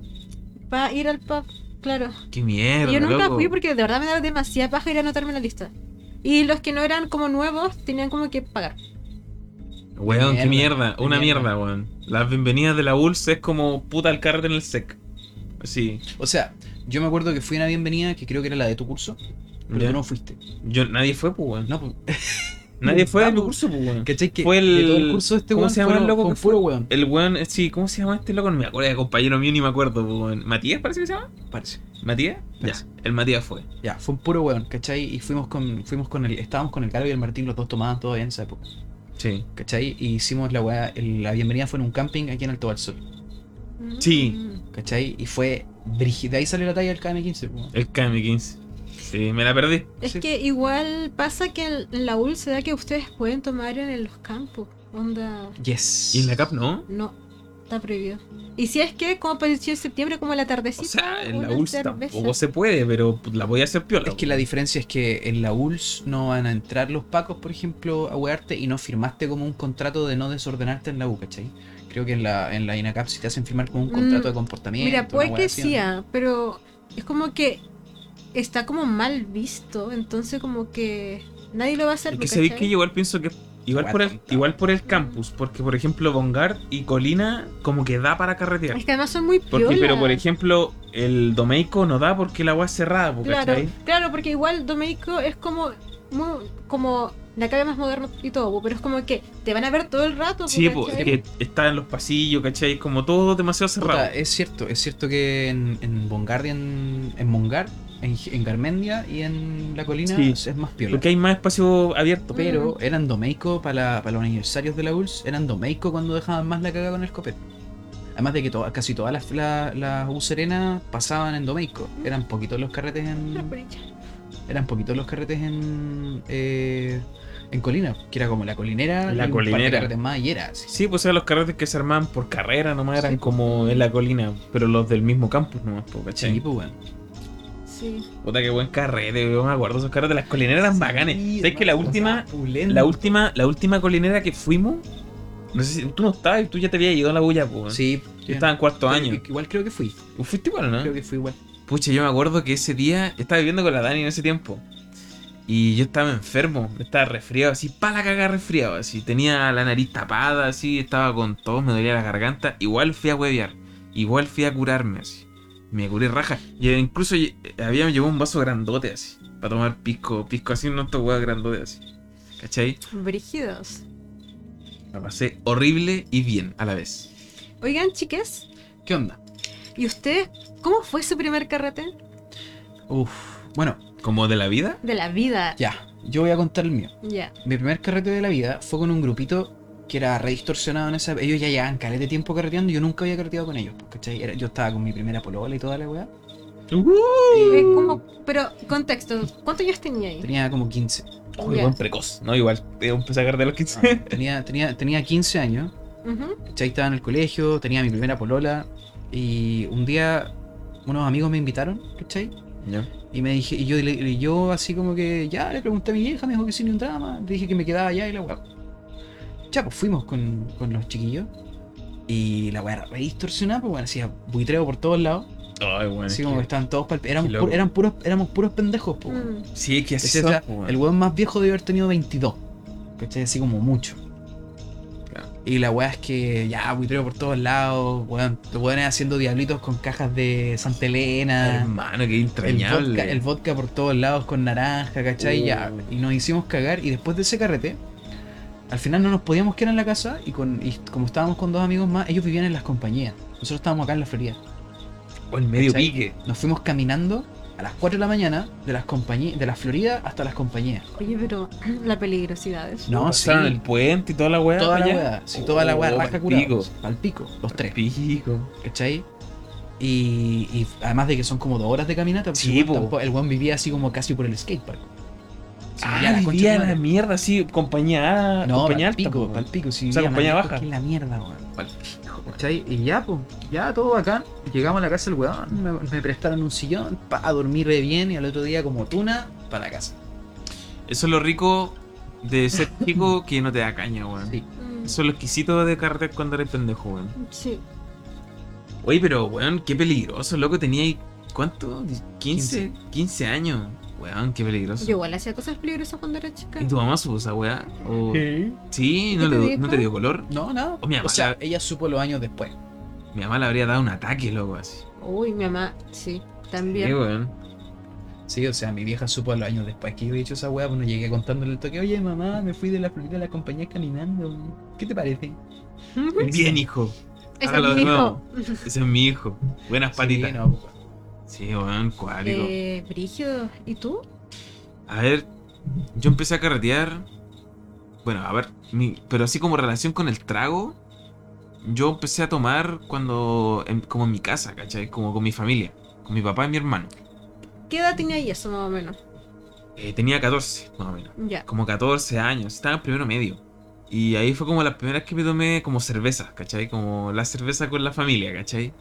[SPEAKER 2] para ir al pub, claro.
[SPEAKER 1] Qué mierda.
[SPEAKER 2] Y yo nunca
[SPEAKER 1] loco.
[SPEAKER 2] fui porque de verdad me daba demasiada paja ir a anotarme en la lista. Y los que no eran como nuevos tenían como que pagar.
[SPEAKER 1] Weón, qué mierda.
[SPEAKER 3] Qué
[SPEAKER 1] Una
[SPEAKER 3] mierda.
[SPEAKER 1] mierda, weón. Las bienvenidas de la ULS es como puta el carrete en el SEC. Sí.
[SPEAKER 3] O sea, yo me acuerdo que fui a una bienvenida que creo que era la de tu curso, pero
[SPEAKER 1] Ya.
[SPEAKER 3] tú no fuiste.
[SPEAKER 1] Yo, nadie fue, pues, weón.
[SPEAKER 3] No, po.
[SPEAKER 1] Nadie fue a mi
[SPEAKER 3] Vamos.
[SPEAKER 1] curso, pues, weón.
[SPEAKER 3] ¿Cachai? Que
[SPEAKER 1] Fue el-
[SPEAKER 3] de todo el curso de este
[SPEAKER 1] ¿cómo
[SPEAKER 3] weón
[SPEAKER 1] se llama el
[SPEAKER 3] fueron
[SPEAKER 1] loco
[SPEAKER 3] con
[SPEAKER 1] que
[SPEAKER 3] puro weón.
[SPEAKER 1] El weón, eh, sí, ¿cómo se llama este loco? No me acuerdo, era compañero mío, ni me acuerdo. po, weón. ¿Matías parece que se llama?
[SPEAKER 3] Parece.
[SPEAKER 1] ¿Matías? Ya,
[SPEAKER 3] Parece.
[SPEAKER 1] el Matías fue.
[SPEAKER 3] Ya, fue un puro weón, ¿cachai? Y fuimos con, fuimos con el, estábamos con el Galo y el Martín, los dos tomaban todavía en esa época,
[SPEAKER 1] Sí.
[SPEAKER 3] ¿cachai? Y hicimos la weá, el- la bienvenida fue en un camping aquí en Alto del Sol,
[SPEAKER 2] Mm.
[SPEAKER 1] Sí.
[SPEAKER 3] ¿cachai? Y fue brígida, de ahí salió la talla del KM15, po.
[SPEAKER 1] El KM15. Sí, me la perdí.
[SPEAKER 2] Es
[SPEAKER 3] Sí.
[SPEAKER 2] que igual pasa que en la UL se da que ustedes pueden tomar en los campos. Onda.
[SPEAKER 3] Yes.
[SPEAKER 1] ¿Y en la CAP no?
[SPEAKER 2] No, está prohibido. Y si es que, como apareció en septiembre, como la
[SPEAKER 1] O
[SPEAKER 2] tardecita.
[SPEAKER 1] sea, en la
[SPEAKER 2] una
[SPEAKER 1] ULS
[SPEAKER 2] cerveza.
[SPEAKER 1] tampoco se puede, pero la voy a hacer piola.
[SPEAKER 3] Es que la diferencia es que en la ULS no van a entrar los pacos, por ejemplo, a wearte y no firmaste como un contrato de no desordenarte en la U, ¿cachai? Creo que en la, en la INACAP si te hacen firmar como un contrato
[SPEAKER 2] Mm,
[SPEAKER 3] de comportamiento.
[SPEAKER 2] Mira,
[SPEAKER 3] una
[SPEAKER 2] puede
[SPEAKER 3] weá
[SPEAKER 2] que
[SPEAKER 3] así, ¿no?
[SPEAKER 2] sí, ah, pero es como que está como mal visto, entonces como que nadie lo va a hacer.
[SPEAKER 1] Es que
[SPEAKER 2] ¿cachai?
[SPEAKER 1] sabéis que yo igual pienso que. Igual por, el, igual por el campus, porque por ejemplo Bongard y Colina como que da para carretear.
[SPEAKER 2] Es que además son muy
[SPEAKER 1] Porque,
[SPEAKER 2] piola.
[SPEAKER 1] pero por ejemplo, el Domeico no da porque la agua es cerrada, po,
[SPEAKER 2] Claro,
[SPEAKER 1] ¿cachai?
[SPEAKER 2] claro, porque igual Domeico es como muy- como la cara más moderna y todo, po, pero es como que te van a ver todo el rato. po,
[SPEAKER 1] Sí, po, es que
[SPEAKER 2] ¿cachai?
[SPEAKER 1] está en los pasillos, ¿cachai? Como todo demasiado cerrado.
[SPEAKER 3] Puta, es cierto, es cierto que en, en Bongard y en, en Bongard, en, en Garmendia y en La Colina
[SPEAKER 1] Sí.
[SPEAKER 3] es más piola.
[SPEAKER 1] Porque hay más espacio abierto.
[SPEAKER 3] Pero eran domeico para, para los aniversarios de la ULS, eran domeico cuando dejaban más la caga con el copete. Además de que toda- casi todas las, la- las U Serena pasaban en domeico. Eran poquitos los carretes
[SPEAKER 2] Ah,
[SPEAKER 3] en.
[SPEAKER 2] pero ya.
[SPEAKER 3] Eran poquitos los carretes en. eh, en Colina, que era como la colinera.
[SPEAKER 1] La
[SPEAKER 3] y un par de
[SPEAKER 1] colinera.
[SPEAKER 3] carretes más y era así.
[SPEAKER 1] Sí, pues eran los carretes que se armaban por carrera nomás, eran
[SPEAKER 3] Sí. pues.
[SPEAKER 1] como en la colina, pero los del mismo campus nomás, po,
[SPEAKER 3] Sí,
[SPEAKER 1] ¿cachai?
[SPEAKER 3] pues, weón.
[SPEAKER 2] Sí.
[SPEAKER 1] Puta, qué buen carrete, yo me acuerdo, esos carretes, las colineras eran bacanes.
[SPEAKER 3] Sí, Mm.
[SPEAKER 1] ¿Sabes que la
[SPEAKER 3] hermano,
[SPEAKER 1] última,
[SPEAKER 3] estaba pulento.
[SPEAKER 1] la última, la última colinera que fuimos, no sé si tú no estabas y tú ya te habías ido a la bulla, pues.
[SPEAKER 3] Sí,
[SPEAKER 1] Yo estaba en cuarto año. ¿Ah?
[SPEAKER 3] Igual creo que fui.
[SPEAKER 1] Fuiste igual, ¿no?
[SPEAKER 3] Creo que fui igual.
[SPEAKER 1] Pucha, yo me acuerdo que ese día estaba viviendo con la Dani en ese tiempo. Y yo estaba enfermo, estaba resfriado, así, pa' la caga resfriado, así. Tenía la nariz tapada, así, estaba con tos, me dolía la garganta. Igual fui a huevear, igual fui a curarme, así. Me curé raja. Y incluso lle- había llevado un vaso grandote, así, para tomar pisco, pisco, así, no estos huevos grandote, así. ¿Cachai?
[SPEAKER 2] Brígidos.
[SPEAKER 1] La pasé horrible y bien a la vez.
[SPEAKER 2] Oigan, chiques,
[SPEAKER 3] ¿Qué onda?
[SPEAKER 2] ¿y ustedes cómo fue su primer carrete
[SPEAKER 3] Uf. Bueno,
[SPEAKER 1] ¿Como de la vida?
[SPEAKER 2] de la vida?
[SPEAKER 3] ya. Yo voy a contar el mío.
[SPEAKER 2] Ya.
[SPEAKER 3] Mi primer carrete de la vida fue con un grupito que era redistorsionado en esa. Ellos ya llevaban calete tiempo carreteando y yo nunca había carreteado con ellos. ¿Cachai? Era- yo estaba con mi primera polola y toda la weá.
[SPEAKER 2] Eh,
[SPEAKER 3] Y
[SPEAKER 2] ¿cómo? Pero, contexto, ¿cuántos años tenía ahí?
[SPEAKER 3] Tenía como 15.
[SPEAKER 1] Oh,
[SPEAKER 2] Ya.
[SPEAKER 1] igual precoz, ¿no? Igual, eh, empecé a cargar de los 15.
[SPEAKER 3] Ah, Tenía, tenía, tenía 15 años.
[SPEAKER 2] Ujú.
[SPEAKER 3] ¿cachai? Estaba en el colegio, tenía mi primera polola. Y un día unos amigos me invitaron, ¿cachai?
[SPEAKER 1] Ya.
[SPEAKER 3] Y me dije, y yo, le- y yo así como que ya le pregunté a mi vieja, me dijo que sin ni un drama, le dije que me quedaba allá y la weá. Ya, pues fuimos con, con los chiquillos. Y la weá re distorsionada, pues bueno, hacía buitreo por todos lados.
[SPEAKER 1] Ay, bueno.
[SPEAKER 3] así
[SPEAKER 1] es
[SPEAKER 3] como que
[SPEAKER 1] que-
[SPEAKER 3] estaban todos pal... éramos,
[SPEAKER 1] loco.
[SPEAKER 3] pu- eran puros, éramos puros pendejos, pues. weón.
[SPEAKER 2] Mm.
[SPEAKER 1] Sí, es que así
[SPEAKER 3] Ese
[SPEAKER 1] son,
[SPEAKER 3] era
[SPEAKER 1] po, weón.
[SPEAKER 3] el weón más viejo debe haber tenido 22. ¿Cachai? Así como mucho.
[SPEAKER 1] Claro.
[SPEAKER 3] Y la weá es que ya, buitreo por todos lados, weón, los weones haciendo diablitos con cajas de Santa Elena.
[SPEAKER 1] Hermano, qué
[SPEAKER 3] El vodka,
[SPEAKER 1] entrañable.
[SPEAKER 3] el vodka por todos lados con naranja, ¿cachai?
[SPEAKER 1] Uh.
[SPEAKER 3] Ya, y nos hicimos cagar. Y después de ese carrete, al final no nos podíamos quedar en la casa. Y, con, y como estábamos con dos amigos más, ellos vivían en las compañías. Nosotros estábamos acá en la feria.
[SPEAKER 1] O el medio
[SPEAKER 3] ¿cachai?
[SPEAKER 1] pique.
[SPEAKER 3] Nos fuimos caminando a las 4 de la mañana de las compañías de la Florida hasta las compañías.
[SPEAKER 2] Oye, pero la peligrosidad es.
[SPEAKER 3] No,
[SPEAKER 1] Pasaron
[SPEAKER 3] sí.
[SPEAKER 1] el puente y toda la weá.
[SPEAKER 3] toda la
[SPEAKER 1] allá.
[SPEAKER 3] weá, sí, toda la weá,
[SPEAKER 1] Oh,
[SPEAKER 3] raja
[SPEAKER 1] pal
[SPEAKER 3] curados,
[SPEAKER 1] pico.
[SPEAKER 3] al pico, los tres,
[SPEAKER 1] Pico.
[SPEAKER 3] ¿cachai? Y, y además de que son como dos horas de caminata, pues
[SPEAKER 1] Sí,
[SPEAKER 3] el weón
[SPEAKER 1] po.
[SPEAKER 3] tampoco- el weón vivía así como casi por el skatepark. Sí,
[SPEAKER 1] Ah,
[SPEAKER 3] ya, la concha
[SPEAKER 1] vivía
[SPEAKER 3] de
[SPEAKER 1] en
[SPEAKER 3] tu
[SPEAKER 1] la
[SPEAKER 3] madre.
[SPEAKER 1] mierda, sí, compañía A,
[SPEAKER 3] No,
[SPEAKER 1] compañía
[SPEAKER 3] pal
[SPEAKER 1] alta, po,
[SPEAKER 3] pico,
[SPEAKER 1] weón.
[SPEAKER 3] pal pico, sí,
[SPEAKER 1] O sea,
[SPEAKER 3] vivía más
[SPEAKER 1] compañía
[SPEAKER 3] lejos
[SPEAKER 1] baja.
[SPEAKER 3] que la mierda, weón.
[SPEAKER 1] Pal pico, weón.
[SPEAKER 3] ¿Cachai? Y ya, pues, ya todo acá. Llegamos a la casa del weón, me, me prestaron un sillón para dormir re bien y al otro día como tuna para la casa.
[SPEAKER 1] Eso es lo rico de ser chico que no te da caña, weón.
[SPEAKER 3] Sí.
[SPEAKER 2] Mm,
[SPEAKER 1] Eso es lo exquisito de carreter cuando eres pendejo, weón.
[SPEAKER 2] Sí.
[SPEAKER 1] Oye, pero, weón, qué peligroso, loco. Tenía ahí, ¿cuánto? ¿15? 15, años. Weón, qué peligroso.
[SPEAKER 2] Yo igual hacía cosas peligrosas cuando era chica.
[SPEAKER 1] ¿Y tu mamá supo esa weá? ¿O...
[SPEAKER 3] ¿Qué?
[SPEAKER 1] Sí,
[SPEAKER 2] ¿Y
[SPEAKER 1] no,
[SPEAKER 2] qué te
[SPEAKER 1] le- no
[SPEAKER 2] dijo?
[SPEAKER 1] te dio color.
[SPEAKER 3] No, nada.
[SPEAKER 1] Oh, mi mamá,
[SPEAKER 3] o sea,
[SPEAKER 1] la-
[SPEAKER 3] ella supo los años después.
[SPEAKER 1] Mi mamá le habría dado un ataque, loco, así.
[SPEAKER 2] Uy, mi mamá, sí,
[SPEAKER 1] Sí,
[SPEAKER 2] también.
[SPEAKER 1] weón.
[SPEAKER 3] Sí, o sea, mi vieja supo a los años después que yo he hecho esa weá, pues no llegué contándole el toque, oye mamá, me fui de la Florida a la compañía caminando, ¿qué te parece?
[SPEAKER 2] Ujú.
[SPEAKER 1] Bien, hijo.
[SPEAKER 2] Ese
[SPEAKER 1] Hágalo
[SPEAKER 2] es
[SPEAKER 1] de
[SPEAKER 2] mi
[SPEAKER 1] nuevo.
[SPEAKER 2] hijo.
[SPEAKER 1] Ese es mi hijo. Buenas patitas.
[SPEAKER 3] Sí, no, pues,
[SPEAKER 1] Sí, weón, cuático.
[SPEAKER 2] Eh, Brígido, ¿y tú?
[SPEAKER 1] A ver, yo empecé a carretear. Bueno, a ver, mi- pero así como relación con el trago, yo empecé a tomar cuando, en- como en mi casa, ¿cachai? Como con mi familia, con mi papá y mi hermano.
[SPEAKER 2] ¿Qué edad tenía ahí eso más o menos?
[SPEAKER 1] Eh, tenía 14, más o menos.
[SPEAKER 2] Ya.
[SPEAKER 1] como 14 años, estaba en primero medio. Y ahí fue como las primeras que me tomé como cerveza, ¿cachai? Como la cerveza con la familia, ¿cachai?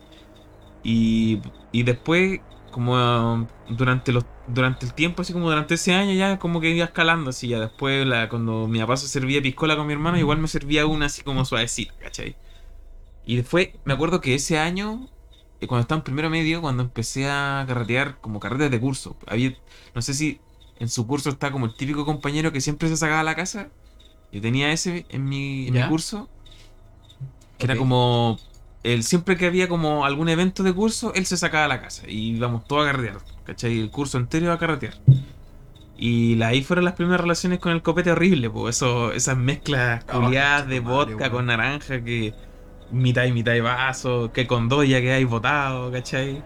[SPEAKER 1] Y, y después, como um, durante, los, durante el tiempo, así como durante ese año, ya como que iba escalando, así ya después, la, cuando mi papá se servía piscola con mi hermano, igual me servía una así como suavecita, ¿cachai? Y después, me acuerdo que ese año, eh, cuando estaba en primero medio, cuando empecé a carretear como carretes de curso, había, no sé si en su curso está como el típico compañero que siempre se sacaba a la casa. Yo tenía ese en mi, en mi
[SPEAKER 3] ¿Ya?
[SPEAKER 1] curso. Que
[SPEAKER 3] Ok.
[SPEAKER 1] era como. Él, siempre que había como algún evento de curso, él se sacaba a la casa. Y íbamos todos a carretear. ¿Cachai? El curso entero iba a carretear. Y la- ahí fueron las primeras relaciones con el copete horrible, pues eso, esas mezclas
[SPEAKER 3] Ah,
[SPEAKER 1] culiadas de
[SPEAKER 3] concha tu madre,
[SPEAKER 1] vodka
[SPEAKER 3] weón.
[SPEAKER 1] con naranja que mitad y mitad y vaso, que con dos ya quedáis botado, ¿cachai?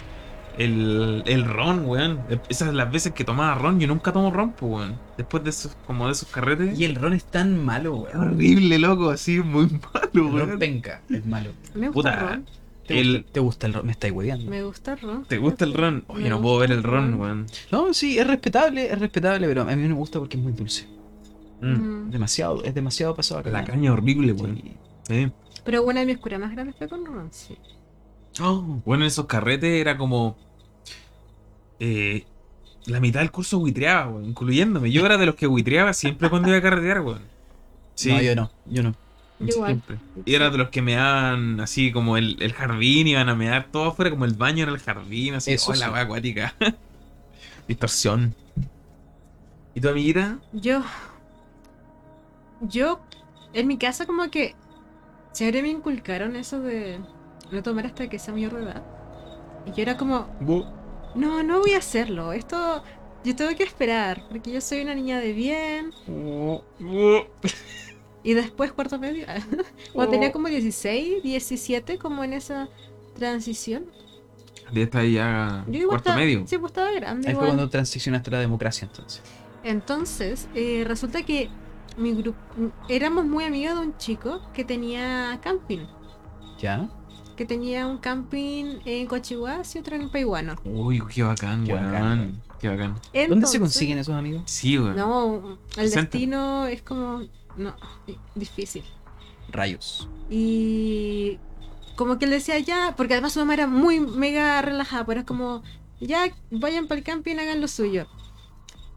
[SPEAKER 1] El, el ron, weón. Esas las veces que tomaba ron, yo nunca tomo ron, pues, weón. Después de esos, como de esos carretes.
[SPEAKER 3] Y el ron es tan malo, weón.
[SPEAKER 1] horrible, loco, así, muy malo,
[SPEAKER 3] El ron penca, es malo.
[SPEAKER 2] Me gusta el
[SPEAKER 1] Puta,
[SPEAKER 2] ron.
[SPEAKER 3] ¿Te,
[SPEAKER 1] El-
[SPEAKER 3] gusta, te gusta el ron? Me estáis hueveando.
[SPEAKER 2] Me gusta el ron.
[SPEAKER 1] ¿te gusta el ron? Oye,
[SPEAKER 2] Me
[SPEAKER 1] no puedo
[SPEAKER 2] gusta
[SPEAKER 1] ver el
[SPEAKER 2] el
[SPEAKER 1] ron,
[SPEAKER 2] ron.
[SPEAKER 1] weón.
[SPEAKER 3] No, sí, es respetable, es respetable, pero a mí no me gusta porque es muy dulce.
[SPEAKER 1] Mm.
[SPEAKER 2] Mm.
[SPEAKER 3] Demasiado, es demasiado pasado acá.
[SPEAKER 1] La caña horrible, weón. Eh,
[SPEAKER 3] Sí.
[SPEAKER 1] Sí.
[SPEAKER 2] Pero una de mis curas más grandes fue con Ron, sí.
[SPEAKER 1] Oh, bueno, en esos carretes era como. eh, la mitad del curso buitreaba, weón, incluyéndome. Yo era de los que buitreaba siempre cuando iba a carretear, weón. Sí,
[SPEAKER 3] No, yo no, yo no.
[SPEAKER 2] Yo igual.
[SPEAKER 1] siempre. Y era de los que meaban así como el, el jardín, iban a mear todo afuera, como el baño era el jardín, así.
[SPEAKER 3] Eso
[SPEAKER 1] oh, la
[SPEAKER 3] sí.
[SPEAKER 1] wea acuática. Distorsión. ¿Y tu amiguita?
[SPEAKER 2] Yo. Yo. En mi casa, como que. Siempre me inculcaron eso de no tomar hasta que sea mayor de edad. Y yo era como, no, no voy a hacerlo. Esto. Yo tengo que esperar. Porque yo soy una niña de bien. Y después, cuarto medio. Cuando tenía como 16, 17, como en esa transición.
[SPEAKER 1] De esta ahí ya
[SPEAKER 2] Yo igual
[SPEAKER 1] cuarto
[SPEAKER 2] estaba-
[SPEAKER 1] medio.
[SPEAKER 2] Sí, pues estaba grande.
[SPEAKER 3] Ahí fue
[SPEAKER 2] igual.
[SPEAKER 3] cuando transicionaste a la democracia entonces.
[SPEAKER 2] Entonces, eh, resulta que mi grupo éramos muy amigos de un chico que tenía camping,
[SPEAKER 3] ¿Ya?
[SPEAKER 2] que tenía un camping en Cochihuas y otro en Paihuano.
[SPEAKER 1] Uy, qué bacán,
[SPEAKER 3] Qué
[SPEAKER 1] weón.
[SPEAKER 3] bacán.
[SPEAKER 1] Qué bacán.
[SPEAKER 3] ¿Dónde
[SPEAKER 2] Entonces-
[SPEAKER 3] se consiguen esos amigos?
[SPEAKER 1] Sí, weón.
[SPEAKER 2] No, el
[SPEAKER 1] Vicente.
[SPEAKER 2] destino es como no di- difícil.
[SPEAKER 3] Rayos.
[SPEAKER 2] Y como que él decía ya, porque además su mamá era muy mega relajada, pero es como ya vayan para el camping, hagan lo suyo.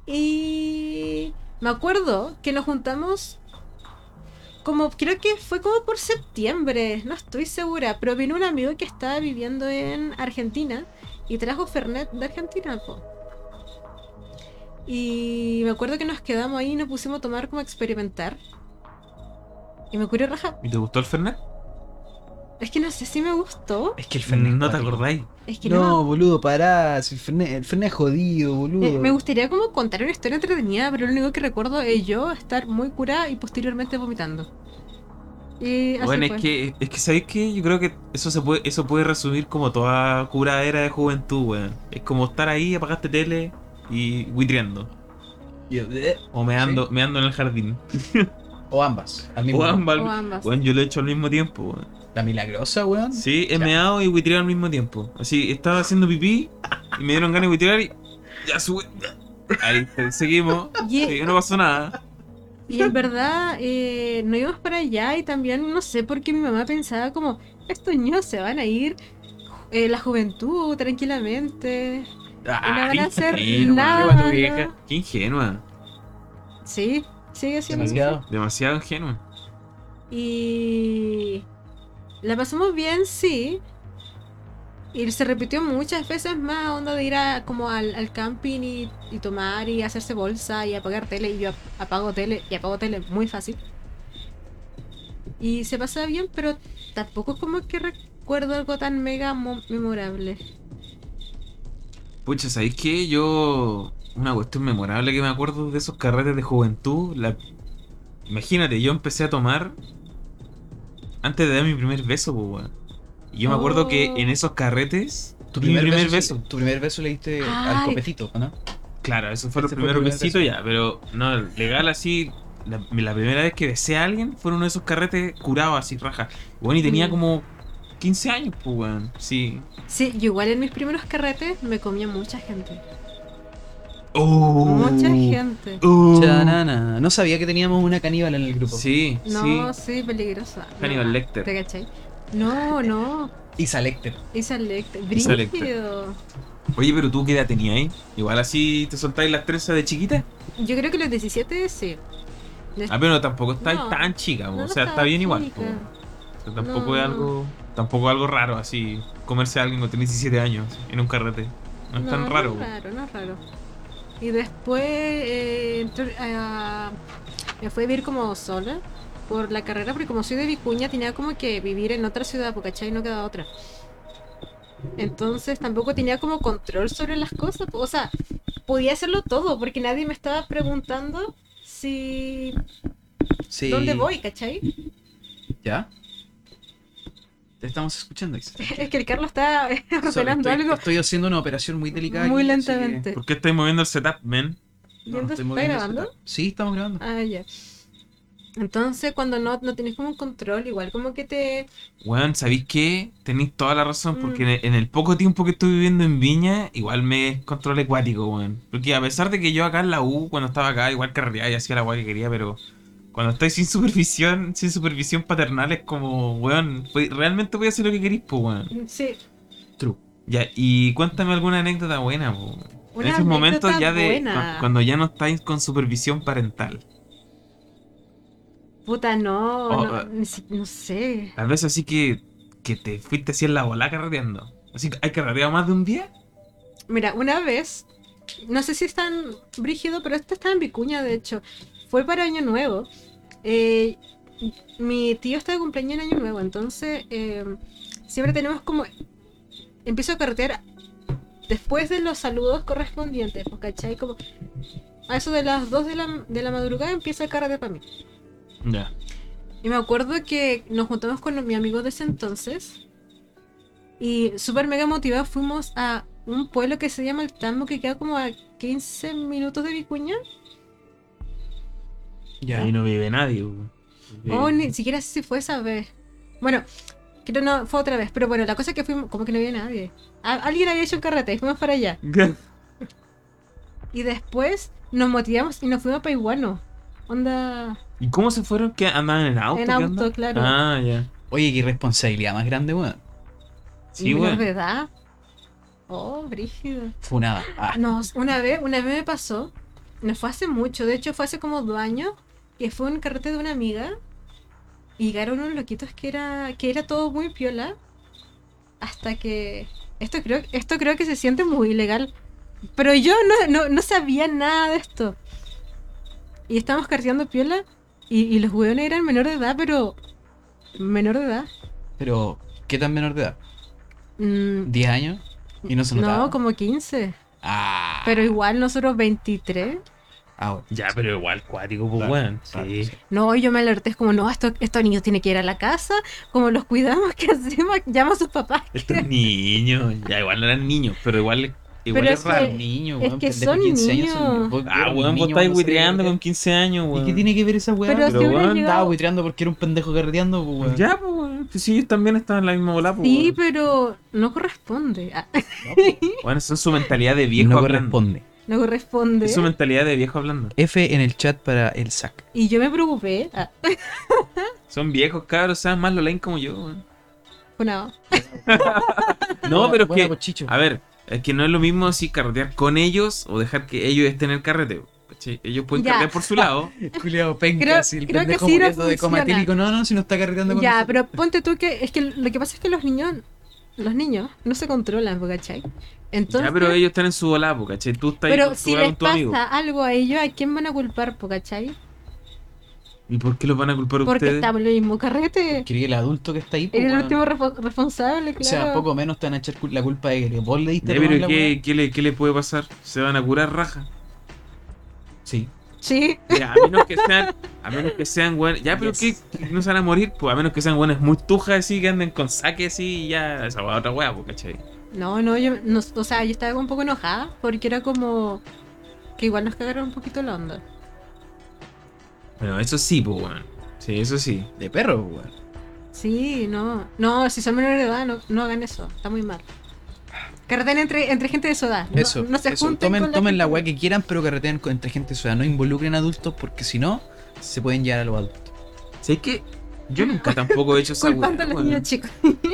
[SPEAKER 2] Y me acuerdo que nos juntamos como creo que fue como por septiembre, no estoy segura, pero vino un amigo que estaba viviendo en Argentina y trajo Fernet de Argentina. po. Y me acuerdo que nos quedamos ahí y nos pusimos a tomar como a experimentar. Y me ocurrió raja,
[SPEAKER 1] ¿Y te gustó el Fernet?
[SPEAKER 2] es que no sé si me gustó.
[SPEAKER 3] Es que el Fernet.
[SPEAKER 1] No te
[SPEAKER 3] cuático.
[SPEAKER 1] acordáis.
[SPEAKER 2] Es que
[SPEAKER 3] no,
[SPEAKER 2] no.
[SPEAKER 3] boludo, pará. si El Fernet, el Fernet es jodido, boludo.
[SPEAKER 2] Eh, me gustaría como contar una historia entretenida, pero lo único que recuerdo es yo estar muy curada y posteriormente vomitando. Y así
[SPEAKER 1] Bueno,
[SPEAKER 2] fue.
[SPEAKER 1] es que, es que sabéis que yo creo que eso se puede, eso puede resumir como toda curadera de juventud, weón. Es como estar ahí, apagaste tele y buitreando.
[SPEAKER 3] Yo- eh,
[SPEAKER 1] O meando, meando en el jardín.
[SPEAKER 3] O ambas. Al mismo
[SPEAKER 1] O ambas.
[SPEAKER 2] O ambas.
[SPEAKER 1] Weón, yo lo he hecho al mismo tiempo, weón.
[SPEAKER 3] tiempo. La milagrosa, weón.
[SPEAKER 1] Sí, he
[SPEAKER 3] Ya.
[SPEAKER 1] meado y buitreado al mismo tiempo. Así, estaba haciendo pipí y me dieron ganas de buitrear y. Ya sube. Ahí seguimos.
[SPEAKER 2] Y-
[SPEAKER 1] Sí, no pasó nada.
[SPEAKER 2] Y en verdad, eh, no íbamos para allá y también no sé por qué mi mamá pensaba como, estos niños se van a ir eh, la juventud tranquilamente. Y no van a
[SPEAKER 1] qué
[SPEAKER 2] hacer
[SPEAKER 1] ingenua,
[SPEAKER 2] nada.
[SPEAKER 1] qué vieja. Qué ingenua.
[SPEAKER 2] Sí, sigue siendo. así.
[SPEAKER 3] Demasiado.
[SPEAKER 1] Demasiado ingenua.
[SPEAKER 2] Y la pasamos bien, sí. Y se repitió muchas veces más onda de ir a, como al, al camping y, y tomar y hacerse bolsa y apagar tele. Y yo ap- apago tele y apago tele muy fácil. Y se pasaba bien, pero tampoco es como que recuerdo algo tan mega mo- memorable.
[SPEAKER 1] Pucha, ¿sabéis qué? Yo. Una cuestión memorable que me acuerdo de esos carretes de juventud. La... Imagínate, yo empecé a tomar antes de dar mi primer beso, po, weón. Y yo me acuerdo que
[SPEAKER 2] Oh.
[SPEAKER 1] en esos carretes.
[SPEAKER 3] Tu
[SPEAKER 1] mi
[SPEAKER 3] primer,
[SPEAKER 1] beso.
[SPEAKER 3] beso. sí, Tu primer beso le diste al
[SPEAKER 2] Ay.
[SPEAKER 3] copetito, ¿o ¿no?
[SPEAKER 1] Claro, esos fueron los
[SPEAKER 3] Ese fue
[SPEAKER 1] primeros
[SPEAKER 3] el primer beso.
[SPEAKER 1] besitos ya, pero no, legal así. La, la primera vez que besé a alguien fue en uno de esos carretes curados así, raja. Bueno, y tenía
[SPEAKER 2] Mm.
[SPEAKER 1] como 15 años, pues, weón. Sí.
[SPEAKER 2] Sí, yo igual en mis primeros carretes me comía mucha gente.
[SPEAKER 1] Oh.
[SPEAKER 2] Mucha gente.
[SPEAKER 1] Oh.
[SPEAKER 3] Chanana. No sabía que teníamos una caníbal en el grupo.
[SPEAKER 1] Sí, sí.
[SPEAKER 2] No, sí, peligrosa.
[SPEAKER 1] Hannibal
[SPEAKER 2] No,
[SPEAKER 1] Lecter.
[SPEAKER 2] ¿Te cachai? No, no.
[SPEAKER 3] Isa Lecter.
[SPEAKER 2] Esa Lecta,
[SPEAKER 1] Esa Lecter.
[SPEAKER 2] brígido.
[SPEAKER 1] Oye, pero tú qué edad tenías ahí? Igual así te soltáis las trenzas de chiquita.
[SPEAKER 2] Yo creo que los 17 sí.
[SPEAKER 1] Ah, pero tampoco estáis
[SPEAKER 2] No.
[SPEAKER 1] tan chica, po.
[SPEAKER 2] No,
[SPEAKER 1] o sea,
[SPEAKER 2] no
[SPEAKER 1] está bien
[SPEAKER 2] estaba
[SPEAKER 1] igual. po.
[SPEAKER 2] chica.
[SPEAKER 1] O sea, tampoco
[SPEAKER 2] No,
[SPEAKER 1] es
[SPEAKER 2] no.
[SPEAKER 1] algo tampoco es algo raro así comerse a alguien cuando tenés 17 años en un carrete. No es tan raro.
[SPEAKER 2] No
[SPEAKER 1] po.
[SPEAKER 2] es raro, no es raro. Y después eh, entré a- me fui a vivir como sola por la carrera, porque como soy de Vicuña tenía como que vivir en otra ciudad, porque ¿cachai? No quedaba otra. Entonces tampoco tenía como control sobre las cosas. po. O sea, podía hacerlo todo, porque nadie me estaba preguntando si...
[SPEAKER 3] Sí.
[SPEAKER 2] ¿Dónde voy, cachai?
[SPEAKER 3] ¿Ya? Te estamos escuchando, Isa.
[SPEAKER 2] Es que el Carlos está
[SPEAKER 3] Sorry,
[SPEAKER 2] ordenando
[SPEAKER 3] estoy,
[SPEAKER 2] algo
[SPEAKER 3] estoy haciendo una operación muy delicada.
[SPEAKER 2] muy
[SPEAKER 3] aquí, así que-
[SPEAKER 2] lentamente.
[SPEAKER 1] ¿Por qué estáis moviendo el setup, men?
[SPEAKER 3] No, no
[SPEAKER 2] Entonces,
[SPEAKER 3] estoy
[SPEAKER 2] ¿Está
[SPEAKER 3] moviendo el
[SPEAKER 2] grabando?
[SPEAKER 3] setup. Sí, estamos grabando.
[SPEAKER 2] Ah, ya. Entonces, cuando no, no tenés como un control, igual como que te...
[SPEAKER 1] Weón, ¿sabéis qué? Tenéis toda la razón,
[SPEAKER 2] Mm.
[SPEAKER 1] porque en el, en el poco tiempo que estuve viviendo en Viña, igual me controlé acuático, weón. Porque a pesar de que yo acá en la U, cuando estaba acá, igual carreaba y hacía la weá que quería, pero cuando estoy sin supervisión, sin supervisión paternal, es como, weón, fue- realmente voy a hacer lo que queréis, pues, weón.
[SPEAKER 2] Sí,
[SPEAKER 1] True. Ya, y cuéntame alguna anécdota buena, po. En
[SPEAKER 2] Una
[SPEAKER 1] esos momentos
[SPEAKER 2] anécdota
[SPEAKER 1] ya de.
[SPEAKER 2] buena.
[SPEAKER 1] cu- Cuando ya no estáis con supervisión parental.
[SPEAKER 2] puta, no,
[SPEAKER 1] Oh,
[SPEAKER 2] no,
[SPEAKER 1] eh.
[SPEAKER 2] ni si- no sé.
[SPEAKER 1] Tal vez así que. que te fuiste así en la bola carreteando. Así que hay carreteado más de un día.
[SPEAKER 2] Mira, una vez, no sé si es tan brígido, pero esto está en Vicuña, de hecho. Fue para Año Nuevo. Eh, mi tío está de cumpleaños en Año Nuevo, entonces eh, siempre tenemos como. Empiezo a carretear después de los saludos correspondientes, pues, ¿cachai? Como. A eso de las 2 de la, de la madrugada empieza el carrete para mí.
[SPEAKER 1] Ya.
[SPEAKER 2] Y me acuerdo que nos juntamos con mi amigo de ese entonces. Y súper mega motivados fuimos a un pueblo que se llama El Tambo, que queda como a 15 minutos de Vicuña. Ah.
[SPEAKER 3] Ya.
[SPEAKER 1] Ahí no vive nadie, po. Vive-
[SPEAKER 2] O ni siquiera sé si fue esa vez. Bueno, creo no, fue otra vez. Pero bueno, la cosa es que fuimos, como que no había nadie. A- alguien había hecho un carrete y fuimos para allá. Y después nos motivamos y nos fuimos para Iguano. Onda
[SPEAKER 1] ¿Y cómo se fueron? ¿Que andaban en auto?
[SPEAKER 2] En
[SPEAKER 1] ¿Qué
[SPEAKER 2] auto,
[SPEAKER 1] onda?
[SPEAKER 2] claro.
[SPEAKER 1] Ah, ya.
[SPEAKER 3] Oye, qué responsabilidad más grande, weón.
[SPEAKER 1] Sí,
[SPEAKER 2] menor
[SPEAKER 1] weón.
[SPEAKER 2] de edad. Oh, brígido.
[SPEAKER 3] Funada. Ah,
[SPEAKER 2] Nos, una vez, una vez me pasó, no fue hace mucho, de hecho fue hace como dos años, que fue un carrete de una amiga y llegaron unos loquitos que era, que era todo muy piola, hasta que esto creo, esto creo que se siente muy ilegal, pero yo no, no, no sabía nada de esto. Y estábamos carteando piola y, y los hueones eran menor de edad, pero menor de edad.
[SPEAKER 3] pero, ¿qué tan menor de edad?
[SPEAKER 2] Mm,
[SPEAKER 3] ¿10 años? Y no se notaba.
[SPEAKER 2] no, como 15,
[SPEAKER 3] Ah,
[SPEAKER 2] pero igual nosotros 23.
[SPEAKER 3] ah, bueno.
[SPEAKER 1] Ya, pero igual, cuático, pues,
[SPEAKER 3] Claro,
[SPEAKER 1] weón.
[SPEAKER 3] claro,
[SPEAKER 1] Sí.
[SPEAKER 3] sí.
[SPEAKER 2] No, yo me alerté, es como, no, esto, estos niños tienen que ir a la casa, como los cuidamos, ¿qué hacemos? Llama a sus papás.
[SPEAKER 1] Estos niños. Ya, igual no eran niños, pero igual. Igual
[SPEAKER 2] Pero
[SPEAKER 1] es
[SPEAKER 2] es
[SPEAKER 1] raro.
[SPEAKER 2] que-
[SPEAKER 3] Niño,
[SPEAKER 2] Eh, Es
[SPEAKER 3] weón,
[SPEAKER 2] que
[SPEAKER 3] pendejo,
[SPEAKER 2] son
[SPEAKER 3] 15 años
[SPEAKER 2] niños.
[SPEAKER 3] son- vos-
[SPEAKER 1] Ah, weón,
[SPEAKER 3] un niño
[SPEAKER 1] vos estáis
[SPEAKER 3] cuando se
[SPEAKER 1] buitreando con
[SPEAKER 3] carretea.
[SPEAKER 1] 15 años, weón.
[SPEAKER 3] ¿Y qué tiene que ver esa weá?
[SPEAKER 2] Pero,
[SPEAKER 1] Pero,
[SPEAKER 2] si hubiera
[SPEAKER 1] weón,
[SPEAKER 3] Estaba
[SPEAKER 2] llegado-
[SPEAKER 3] buitreando porque era un pendejo carreteando, pues, weón.
[SPEAKER 1] Ya, pues, weón. Pues sí, ellos también están en la misma bola, pues.
[SPEAKER 2] Sí,
[SPEAKER 1] weón.
[SPEAKER 2] pero no corresponde. Ah,
[SPEAKER 3] No, pues,
[SPEAKER 1] Bueno, esa es su mentalidad de viejo
[SPEAKER 3] no
[SPEAKER 1] hablando.
[SPEAKER 3] corresponde.
[SPEAKER 2] no corresponde.
[SPEAKER 1] Es su mentalidad de viejo hablando.
[SPEAKER 3] F en el chat para el SAC.
[SPEAKER 2] Y yo me preocupé. Ah,
[SPEAKER 1] Son viejos, cabros, saben más lo leen como yo, weón.
[SPEAKER 2] no.
[SPEAKER 1] No, pero es
[SPEAKER 3] Buena,
[SPEAKER 1] que.
[SPEAKER 3] cochicho.
[SPEAKER 1] A ver, es que no es lo mismo así carretear con ellos o dejar que ellos estén en el carrete. ¿cachai? Ellos pueden
[SPEAKER 2] Ya.
[SPEAKER 1] carretear por su lado.
[SPEAKER 3] Culeado penca,
[SPEAKER 2] Creo-
[SPEAKER 3] si el
[SPEAKER 2] creo que
[SPEAKER 3] pendejo
[SPEAKER 2] sí no
[SPEAKER 3] muriendo de coma
[SPEAKER 2] funciona.
[SPEAKER 3] etílico. No, no, si no está carreteando con
[SPEAKER 2] Ya,
[SPEAKER 3] nosotros.
[SPEAKER 2] pero ponte tú que es que lo que pasa es que los niños, los niños no se controlan, pues, ¿cachai? Entonces,
[SPEAKER 1] ya, pero ellos están en su bola, po, ¿cachai? Tú estás ahí
[SPEAKER 2] pero
[SPEAKER 1] con tu
[SPEAKER 2] si
[SPEAKER 1] bola
[SPEAKER 2] les
[SPEAKER 1] con tu
[SPEAKER 2] pasa
[SPEAKER 1] amigo.
[SPEAKER 2] algo a ellos, ¿a quién van a culpar, pues, ¿cachai?
[SPEAKER 1] ¿Y por qué los van a culpar
[SPEAKER 2] Porque
[SPEAKER 1] ustedes?
[SPEAKER 2] estamos en el mismo carrete.
[SPEAKER 3] Creo que el adulto que está ahí, pues,
[SPEAKER 2] Eres el
[SPEAKER 3] weón.
[SPEAKER 2] último refo- responsable, claro.
[SPEAKER 3] O sea, poco menos te van a echar cul- la culpa de que vos le diste
[SPEAKER 1] Ya,
[SPEAKER 3] a tomar
[SPEAKER 1] pero
[SPEAKER 3] la weá.
[SPEAKER 1] ¿qué, qué le, ¿qué le puede pasar? Se van a curar raja.
[SPEAKER 3] Sí.
[SPEAKER 2] Sí.
[SPEAKER 1] Mira, a menos que sean, a menos que sean buenos. Ya, pero
[SPEAKER 3] Yes.
[SPEAKER 1] que no se van a morir, pues a menos que sean buenas muy tujas así, que anden con saque así y ya, esa hueá, otra hueá, pues, ¿cachai?
[SPEAKER 2] No, no, yo, no, o sea, yo estaba un poco enojada porque era como que igual nos cagaron un poquito la onda.
[SPEAKER 1] Bueno, eso sí, pues weón. Sí, eso sí.
[SPEAKER 3] De perro, pues, weón.
[SPEAKER 2] Sí, no, no, si son menores de edad, no, no hagan eso, está muy mal. Carreten entre, entre gente de su edad, no,
[SPEAKER 3] Eso.
[SPEAKER 2] no se
[SPEAKER 3] eso.
[SPEAKER 2] junten
[SPEAKER 3] Tomen,
[SPEAKER 2] con
[SPEAKER 3] tomen la
[SPEAKER 2] gente-
[SPEAKER 3] weá que quieran, pero carreteen con- entre gente ciudadana. No involucren adultos porque si no, se pueden llevar a los adultos.
[SPEAKER 1] Sé que yo nunca tampoco he hecho esa hueá.
[SPEAKER 2] Culpando a los
[SPEAKER 1] weón.
[SPEAKER 2] niños chicos.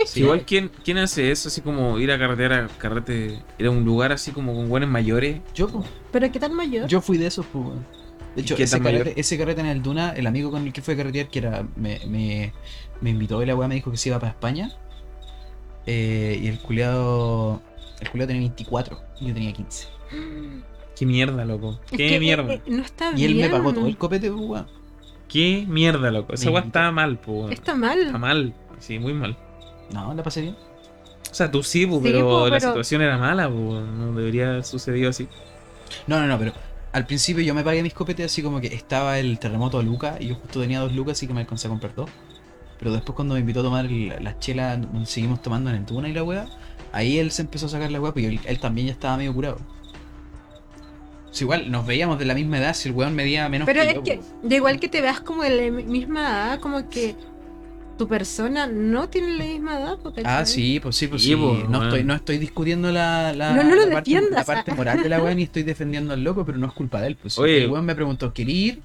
[SPEAKER 1] Sí, Igual, ¿quién, ¿quién hace eso? Así como ir a carretera, carrete, ir a un lugar así como con buenos mayores.
[SPEAKER 3] Yo, pues,
[SPEAKER 2] Pero ¿qué tal mayor?
[SPEAKER 3] Yo fui de esos, pues, weón. De
[SPEAKER 1] ¿Y
[SPEAKER 3] hecho,
[SPEAKER 1] qué
[SPEAKER 3] ese
[SPEAKER 1] tan mayor?
[SPEAKER 3] carrete, ese carrete en el Duna, el amigo con el que fue a carretear, que era, me, me, me invitó y la weá me dijo que se iba para España. Eh, y el culiado. El culiado tenía 24 y yo tenía 15.
[SPEAKER 1] Qué mierda, loco.
[SPEAKER 2] Es
[SPEAKER 1] Qué
[SPEAKER 2] que, eh,
[SPEAKER 1] mierda.
[SPEAKER 2] eh, no está
[SPEAKER 3] Y
[SPEAKER 2] bien.
[SPEAKER 3] él me pagó todo el copete, pues, weón.
[SPEAKER 1] Qué mierda, loco. Esa
[SPEAKER 3] Me
[SPEAKER 1] hueá
[SPEAKER 3] invitó.
[SPEAKER 1] está mal, pues weón.
[SPEAKER 2] Está mal.
[SPEAKER 1] Está mal. Sí, muy mal.
[SPEAKER 3] No, la pasé bien.
[SPEAKER 1] O sea, tú sí, pues,
[SPEAKER 2] Sí,
[SPEAKER 1] pero,
[SPEAKER 2] pues,
[SPEAKER 1] la
[SPEAKER 2] pero-
[SPEAKER 1] situación era mala, pues no debería haber sucedido así.
[SPEAKER 3] No, no, no, pero al principio yo me pagué mis copetes así como que estaba el terremoto a Luca y yo justo tenía dos lucas, así que me alcancé a comprar dos. Pero después cuando me invitó a tomar el- las chelas, donde seguimos tomando en el Duna y pues, la weá, ahí él se empezó a sacar la weá, pero yo- él también ya estaba medio curado. Si igual nos veíamos de la misma edad, si el weón medía menos
[SPEAKER 2] Pero
[SPEAKER 3] que
[SPEAKER 2] es
[SPEAKER 3] yo,
[SPEAKER 2] que,
[SPEAKER 3] po.
[SPEAKER 2] de igual que te veas como de la misma edad, como que tu persona no tiene la misma edad. po,
[SPEAKER 3] Ah,
[SPEAKER 2] ¿cachai?
[SPEAKER 3] sí, pues sí, pues
[SPEAKER 1] Sí,
[SPEAKER 3] sí.
[SPEAKER 1] po,
[SPEAKER 3] no,
[SPEAKER 1] weón.
[SPEAKER 3] estoy, no estoy discutiendo la, la,
[SPEAKER 2] No, no lo
[SPEAKER 3] la parte,
[SPEAKER 2] defiendas.
[SPEAKER 3] la parte moral de la weón y estoy defendiendo al loco, pero no es culpa de él. Pues
[SPEAKER 1] Oye.
[SPEAKER 3] el weón me preguntó, ¿quiere ir?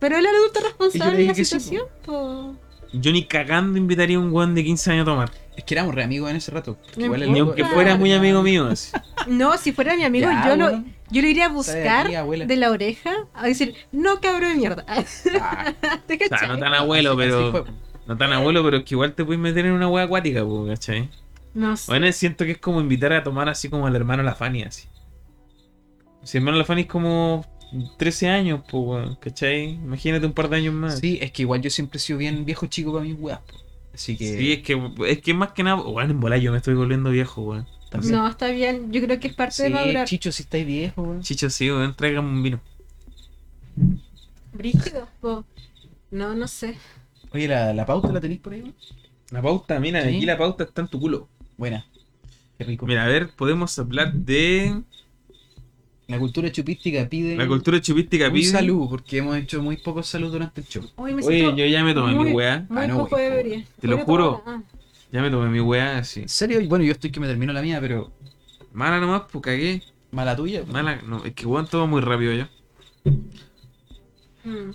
[SPEAKER 2] Pero él era adulto responsable de
[SPEAKER 3] dije
[SPEAKER 2] la
[SPEAKER 3] que sí, po.
[SPEAKER 2] situación, po.
[SPEAKER 1] Yo ni cagando invitaría a un weón de 15 años a tomar.
[SPEAKER 3] Es que éramos re amigos en ese rato.
[SPEAKER 2] No
[SPEAKER 3] Igual el
[SPEAKER 1] Ni
[SPEAKER 3] loco-
[SPEAKER 1] aunque fuera muy amigo mío. así.
[SPEAKER 2] No, si fuera mi amigo,
[SPEAKER 3] Ya,
[SPEAKER 2] yo, lo,
[SPEAKER 3] weón,
[SPEAKER 2] yo lo iría a
[SPEAKER 3] sale de
[SPEAKER 2] buscar
[SPEAKER 3] aquí, abuela.
[SPEAKER 2] de la oreja a decir, no cabrón de mierda.
[SPEAKER 3] Ah,
[SPEAKER 2] ¿Te
[SPEAKER 1] O sea, no
[SPEAKER 2] cachai?
[SPEAKER 1] tan abuelo,
[SPEAKER 3] así- así
[SPEAKER 1] pero.
[SPEAKER 3] fue, po.
[SPEAKER 1] No tan abuelo, pero es que igual te puedes meter en una wea acuática, po, ¿cachai?
[SPEAKER 2] No sé.
[SPEAKER 1] Bueno, siento que es como invitar a tomar así como al hermano La Fanny, así. Si el hermano La Fanny es como 13 años, pues, weón, ¿cachai? Imagínate un par de años más.
[SPEAKER 3] Sí, es que igual yo siempre he sido bien viejo chico para mis weas. po. Así que.
[SPEAKER 1] Sí, es que es que más que nada, weón, en bola yo me estoy volviendo viejo, weón. También.
[SPEAKER 2] No, está bien. Yo creo que es parte de
[SPEAKER 3] Sí,
[SPEAKER 2] madurar.
[SPEAKER 3] Chicho, si estáis viejo, weón.
[SPEAKER 1] Chicho, sí, weón, tráigame un vino.
[SPEAKER 2] Brígido, po. No, no sé.
[SPEAKER 3] Oye, ¿la, la pauta la tenéis por ahí, weón?
[SPEAKER 1] La pauta, mira,
[SPEAKER 3] Sí.
[SPEAKER 1] aquí la pauta está en tu culo.
[SPEAKER 3] Buena. Qué rico.
[SPEAKER 1] Mira, a ver, podemos hablar de
[SPEAKER 3] La cultura chupística pide.
[SPEAKER 1] la cultura chupística
[SPEAKER 3] un
[SPEAKER 1] pide.
[SPEAKER 3] salud, porque hemos hecho muy pocos salud durante el show.
[SPEAKER 2] Uy, me
[SPEAKER 1] Oye,
[SPEAKER 2] siento
[SPEAKER 1] yo ya me tomé
[SPEAKER 2] muy-
[SPEAKER 1] mi weá.
[SPEAKER 2] muy
[SPEAKER 3] Ah, no,
[SPEAKER 2] poco
[SPEAKER 3] güey,
[SPEAKER 2] de
[SPEAKER 3] por favor.
[SPEAKER 2] bebida.
[SPEAKER 1] Te lo
[SPEAKER 2] Bueno,
[SPEAKER 1] juro.
[SPEAKER 2] toma, ah.
[SPEAKER 1] Ya me tomé mi weá, así.
[SPEAKER 3] En serio, bueno, yo estoy que me termino la mía, pero.
[SPEAKER 1] Mala nomás, pues cagué.
[SPEAKER 3] Mala tuya. weón.
[SPEAKER 1] Mala, no, es que weón todo muy rápido yo.
[SPEAKER 2] Mm.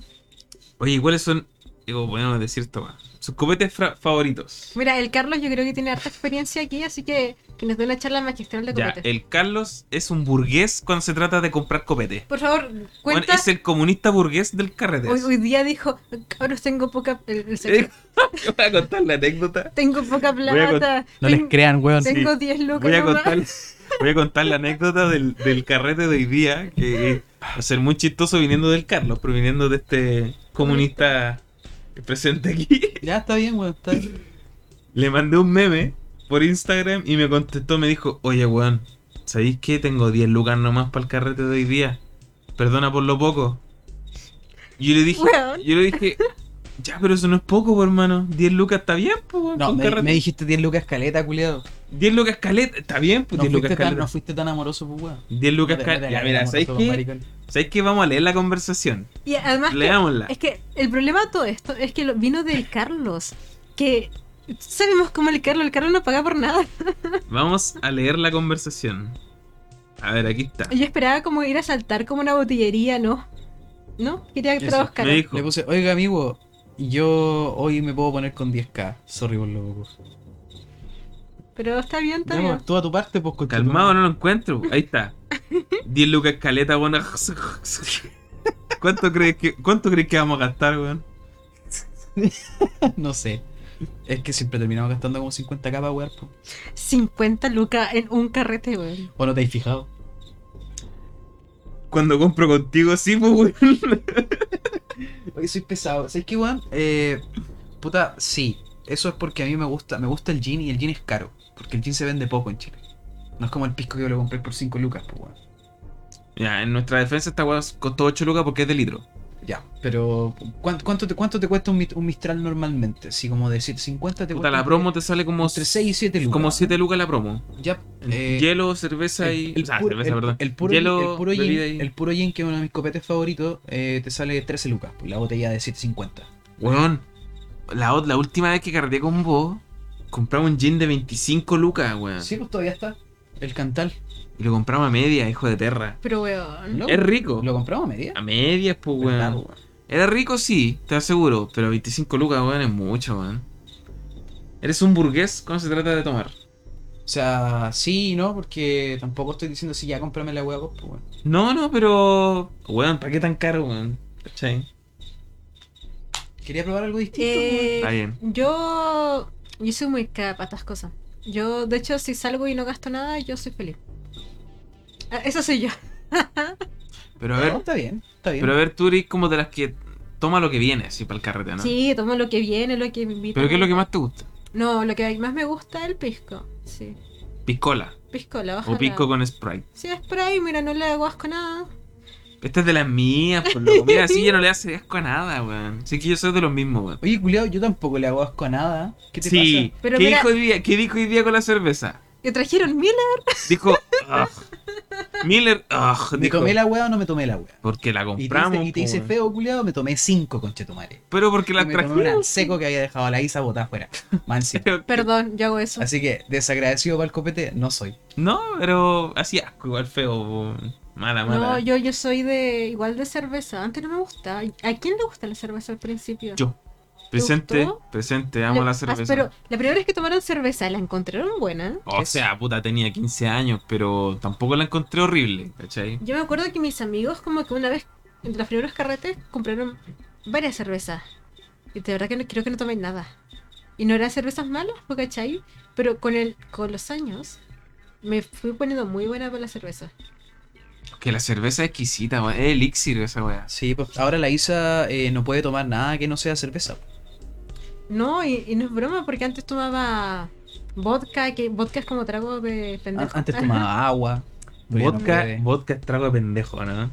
[SPEAKER 1] Oye, ¿cuáles son? Digo, podemos decir esto, weón. Sus copetes fra- favoritos.
[SPEAKER 2] Mira, el Carlos yo creo que tiene harta experiencia aquí, así que que nos dé una charla magistral de
[SPEAKER 1] Ya, eh,
[SPEAKER 2] copetes.
[SPEAKER 1] el Carlos es un burgués cuando se trata de comprar copete.
[SPEAKER 2] Por favor,
[SPEAKER 1] Bueno,
[SPEAKER 2] cuenta.
[SPEAKER 1] es el comunista burgués del carrete.
[SPEAKER 2] Hoy, hoy día dijo, cabros, tengo poca, el- el secreto,
[SPEAKER 1] voy a contar la anécdota.
[SPEAKER 2] tengo poca
[SPEAKER 1] a cont-
[SPEAKER 2] plata,
[SPEAKER 3] No les
[SPEAKER 2] ten-
[SPEAKER 3] crean, weón.
[SPEAKER 1] Sí.
[SPEAKER 2] tengo 10 lucas
[SPEAKER 1] Voy a
[SPEAKER 2] nomás".
[SPEAKER 1] contar, voy a contar la anécdota del, del carrete de hoy día, que va a ser muy chistoso viniendo del Carlos, pero viniendo de este comunista presente aquí.
[SPEAKER 3] Ya está bien, weón. Está bien.
[SPEAKER 1] Le mandé un meme por Instagram y me contestó, me dijo, oye weón, ¿sabéis qué? Tengo 10 lucas nomás para el carrete de hoy día. Perdona por lo poco. Yo le dije,
[SPEAKER 2] Weón.
[SPEAKER 1] yo le dije, ya, pero eso no es poco, po, hermano. 10 lucas está bien, pues, weón.
[SPEAKER 3] No,
[SPEAKER 1] con
[SPEAKER 3] me,
[SPEAKER 1] carrete".
[SPEAKER 3] me dijiste 10 lucas caleta, culiado.
[SPEAKER 1] 10 lucas caleta, está bien, pues
[SPEAKER 3] No
[SPEAKER 1] 10 lucas
[SPEAKER 3] fuiste, tan,
[SPEAKER 1] caleta.
[SPEAKER 3] no fuiste tan amoroso, pues, weón.
[SPEAKER 1] 10 lucas
[SPEAKER 3] No te- no te
[SPEAKER 1] caleta.
[SPEAKER 3] hagas
[SPEAKER 1] Ya,
[SPEAKER 3] el
[SPEAKER 1] mira,
[SPEAKER 3] amoroso,
[SPEAKER 1] ¿sabéis
[SPEAKER 3] pues,
[SPEAKER 1] qué?
[SPEAKER 3] maricón.
[SPEAKER 1] ¿Sabéis qué? Vamos a leer la conversación.
[SPEAKER 2] Y además, que-
[SPEAKER 1] Leámosla.
[SPEAKER 2] es que el problema de todo esto es que lo- vino del Carlos, que sabemos cómo el Carlos, el Carlos no paga por nada.
[SPEAKER 1] Vamos a leer la conversación. A ver, aquí está.
[SPEAKER 2] Yo esperaba como ir a saltar como una botillería, ¿no? ¿No? Quería
[SPEAKER 3] Eso,
[SPEAKER 2] trabajar.
[SPEAKER 1] me dijo-
[SPEAKER 3] Le puse, oiga, amigo, yo hoy me puedo poner con 10k. Sorry por lo poco.
[SPEAKER 2] Pero está bien, está
[SPEAKER 3] Ya,
[SPEAKER 2] bien.
[SPEAKER 3] pues, tú a tu parte, pues, con tu-
[SPEAKER 1] Calmado, no lo encuentro. Ahí está. 10 lucas caleta, weón. ¿Cuánto crees que, cuánto crees que vamos a gastar, weón?
[SPEAKER 3] No sé. Es que siempre terminamos gastando como 50 capas, weón. po.
[SPEAKER 2] 50 lucas en un carrete, weón.
[SPEAKER 3] ¿O no te has fijado?
[SPEAKER 1] Cuando compro contigo, sí, pues, weón.
[SPEAKER 3] Oye, soy pesado. ¿Sabes qué, weón? Eh, puta, sí. Eso es porque a mí me gusta, me gusta el jean y el jean es caro. Porque el jean se vende poco en Chile. No es como el pisco que yo lo compré por 5 lucas, pues, weón.
[SPEAKER 1] Ya, en nuestra defensa esta weón costó 8 lucas porque es de litro.
[SPEAKER 3] Ya, pero ¿cuán- ¿cuánto te, cuánto te cuesta un, mit- un Mistral normalmente? Si como de 50
[SPEAKER 1] Puta,
[SPEAKER 3] te cuesta
[SPEAKER 1] la
[SPEAKER 3] entre-
[SPEAKER 1] promo te sale como,
[SPEAKER 3] entre 6 y 7 lucas.
[SPEAKER 1] como
[SPEAKER 3] ¿no?
[SPEAKER 1] 7 lucas la promo.
[SPEAKER 3] Ya, eh,
[SPEAKER 1] Hielo, cerveza y.
[SPEAKER 3] el, el
[SPEAKER 1] o sea,
[SPEAKER 3] puro-
[SPEAKER 1] cerveza,
[SPEAKER 3] el-
[SPEAKER 1] perdón.
[SPEAKER 3] el puro,
[SPEAKER 1] Hielo,
[SPEAKER 3] el puro gin,
[SPEAKER 1] bebida y-
[SPEAKER 3] el puro gin, que es uno de mis copetes favoritos, eh, te sale 13 lucas, pues, la botella de 750.
[SPEAKER 1] Weón, la, ot- la última vez que carreteé con vos, compramos un jean de 25 lucas, weón.
[SPEAKER 3] Sí, pues todavía está. El cantal.
[SPEAKER 1] Y lo compramos a media, hijo de perra.
[SPEAKER 2] Pero, weón. eh,
[SPEAKER 3] ¿Lo,
[SPEAKER 1] Es rico.
[SPEAKER 3] ¿Lo compramos a media?
[SPEAKER 1] A medias, pues,
[SPEAKER 3] Verdad,
[SPEAKER 1] weón.
[SPEAKER 3] weón.
[SPEAKER 1] Era rico, sí, te aseguro. Pero 25 lucas, weón, es mucho, weón. Eres un burgués cuando se trata de tomar.
[SPEAKER 3] O sea, sí y no, porque tampoco estoy diciendo si ya cómprame la hueá, pues, weón.
[SPEAKER 1] No, no, pero. Weón, ¿para qué tan caro, weón? ¿Cachai?
[SPEAKER 3] Quería probar algo distinto,
[SPEAKER 2] Eh,
[SPEAKER 1] Está bien.
[SPEAKER 2] yo, yo soy muy cara para estas cosas. Yo, de hecho, si salgo y no gasto nada, yo soy feliz. Ah, Eso soy yo.
[SPEAKER 1] Pero a
[SPEAKER 3] weón. No,
[SPEAKER 1] ver,
[SPEAKER 3] está bien, está bien.
[SPEAKER 1] pero a ver, tú eres como de las que toma lo que viene, así, para el carrete, ¿no?
[SPEAKER 2] Sí, tomo lo que viene, lo que me
[SPEAKER 1] Ah.
[SPEAKER 2] invita.
[SPEAKER 1] Pero ¿qué es lo que más te gusta?
[SPEAKER 2] No, lo que más me gusta es el pisco. Sí.
[SPEAKER 1] Piscola.
[SPEAKER 2] Pisco, la baja.
[SPEAKER 1] O pisco con Sprite.
[SPEAKER 2] Si es spray, mira, no le hago asco a nada.
[SPEAKER 1] Esta es de las mías, por loco. Mira, así ya no le hace asco a nada, weón. Así que yo soy de los mismos, weón.
[SPEAKER 3] Oye, culiao, yo tampoco le hago asco a nada. ¿Qué te
[SPEAKER 1] Sí,
[SPEAKER 3] pasa?
[SPEAKER 2] Pero
[SPEAKER 1] ¿Qué,
[SPEAKER 2] mira- eh.
[SPEAKER 1] dijo hoy día? ¿qué dijo hoy día con la cerveza?
[SPEAKER 2] Que trajeron miel.
[SPEAKER 1] Dijo, "Ugh". Miller, ah,
[SPEAKER 3] ¿Me
[SPEAKER 1] dijo,
[SPEAKER 3] tomé la wea o no me tomé la wea?
[SPEAKER 1] porque la
[SPEAKER 3] Y te, dice-
[SPEAKER 1] compramos.
[SPEAKER 3] y te dice
[SPEAKER 1] po,
[SPEAKER 3] feo, culiado, me tomé cinco conchetumare.
[SPEAKER 1] Pero porque la
[SPEAKER 3] Y me tomé una al
[SPEAKER 1] trajimos.
[SPEAKER 3] seco que había dejado a la Isa botada afuera. Mansi.
[SPEAKER 2] Perdón, yo hago eso.
[SPEAKER 3] Así que desagradecido para el copete no soy.
[SPEAKER 1] No, pero así asco, igual feo. po. Mala, mala.
[SPEAKER 2] No, yo, yo soy de igual de cerveza. Antes no me gustaba. ¿A quién le gusta la cerveza al principio?
[SPEAKER 1] Yo. Presente,
[SPEAKER 2] gustó?
[SPEAKER 1] presente, amo
[SPEAKER 2] Le-
[SPEAKER 1] la
[SPEAKER 2] ah,
[SPEAKER 1] cerveza.
[SPEAKER 2] Pero la primera vez que tomaron cerveza, ¿la encontraron buena?
[SPEAKER 1] O sea, puta, tenía 15 años, pero tampoco la encontré horrible, ¿cachai?
[SPEAKER 2] Yo me acuerdo que mis amigos, como que una vez, entre los primeros carretes, compraron varias cervezas. Y de verdad que no, creo que no tomé nada. Y no eran cervezas malas, po, ¿cachai? Pero con, el, con los años me fui poniendo muy buena para la cerveza.
[SPEAKER 1] Que la cerveza es exquisita, weón. Es elixir esa weá.
[SPEAKER 3] Sí, pues ahora la Isa eh, no puede tomar nada que no sea cerveza.
[SPEAKER 2] No, y, y no es broma, porque antes tomaba vodka, que vodka es como trago de
[SPEAKER 3] An-
[SPEAKER 2] pendejo.
[SPEAKER 3] Ah, Antes
[SPEAKER 2] Ajá.
[SPEAKER 3] tomaba agua. pero ya no
[SPEAKER 1] Vodka,
[SPEAKER 3] puede.
[SPEAKER 1] vodka es trago de pendejo, ¿no?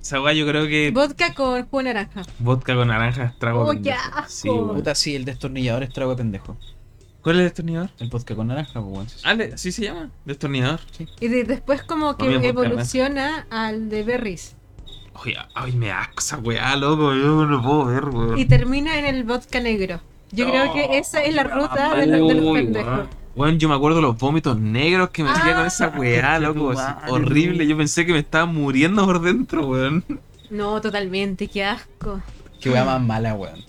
[SPEAKER 1] Esa weá yo creo que
[SPEAKER 2] Vodka con jugo de naranja.
[SPEAKER 1] vodka con naranja es trago de
[SPEAKER 2] Oh, qué
[SPEAKER 1] pendejo.
[SPEAKER 2] asco.
[SPEAKER 1] Sí, weón.
[SPEAKER 3] Puta, sí, el destornillador es trago de pendejo.
[SPEAKER 1] ¿Cuál es el destornillador?
[SPEAKER 3] El vodka con naranja, pues weón.
[SPEAKER 1] Ah, le- ¿sí se llama? Destornillador.
[SPEAKER 2] Y de- después como que
[SPEAKER 1] Comía vodka, ¿no?
[SPEAKER 2] evoluciona al de berries.
[SPEAKER 1] Oye, ay, me da asco esa weá, loco. Yo no puedo ver, weón.
[SPEAKER 2] Y termina en el vodka negro. Yo creo que esa es la ruta de, los- de los
[SPEAKER 1] Uy,
[SPEAKER 2] pendejos.
[SPEAKER 1] weón. Weón, yo me acuerdo los vómitos negros que me hacía con esa weá, loco. así,
[SPEAKER 3] madre,
[SPEAKER 1] horrible.
[SPEAKER 3] weón.
[SPEAKER 1] Yo pensé que me estaba muriendo por dentro, weón.
[SPEAKER 2] No, totalmente, qué asco.
[SPEAKER 3] Qué wea más mala, weón.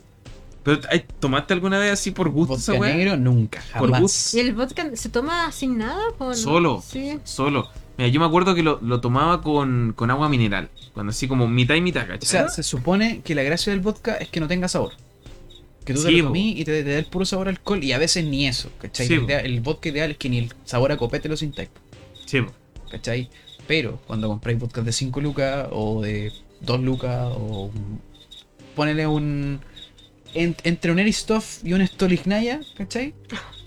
[SPEAKER 1] Pero, ay, ¿tomaste alguna vez así por gusto esa
[SPEAKER 3] Vodka
[SPEAKER 1] weá?
[SPEAKER 3] negro nunca,
[SPEAKER 1] Por
[SPEAKER 3] jamás.
[SPEAKER 2] ¿Y el vodka se toma sin nada? Con...
[SPEAKER 1] Solo.
[SPEAKER 2] Sí.
[SPEAKER 1] Solo. Mira, yo me acuerdo que lo, lo tomaba con, con agua mineral. Cuando así como mitad y mitad, ¿cachai?
[SPEAKER 3] O sea, se supone que la gracia del vodka es que no tenga sabor. Que tú
[SPEAKER 1] Sí,
[SPEAKER 3] te
[SPEAKER 1] po.
[SPEAKER 3] lo comí y te, te da el puro sabor a alcohol y a veces ni eso, ¿cachai?
[SPEAKER 1] Sí,
[SPEAKER 3] La
[SPEAKER 1] po.
[SPEAKER 3] idea- el vodka ideal es que ni el sabor a copete lo sintáis,
[SPEAKER 1] Sí, po.
[SPEAKER 3] ¿cachai? Pero cuando compráis vodka de 5 lucas o de 2 lucas o... un- Ponele un... en- entre un Eristoff y un Stolignaya, ¿cachai?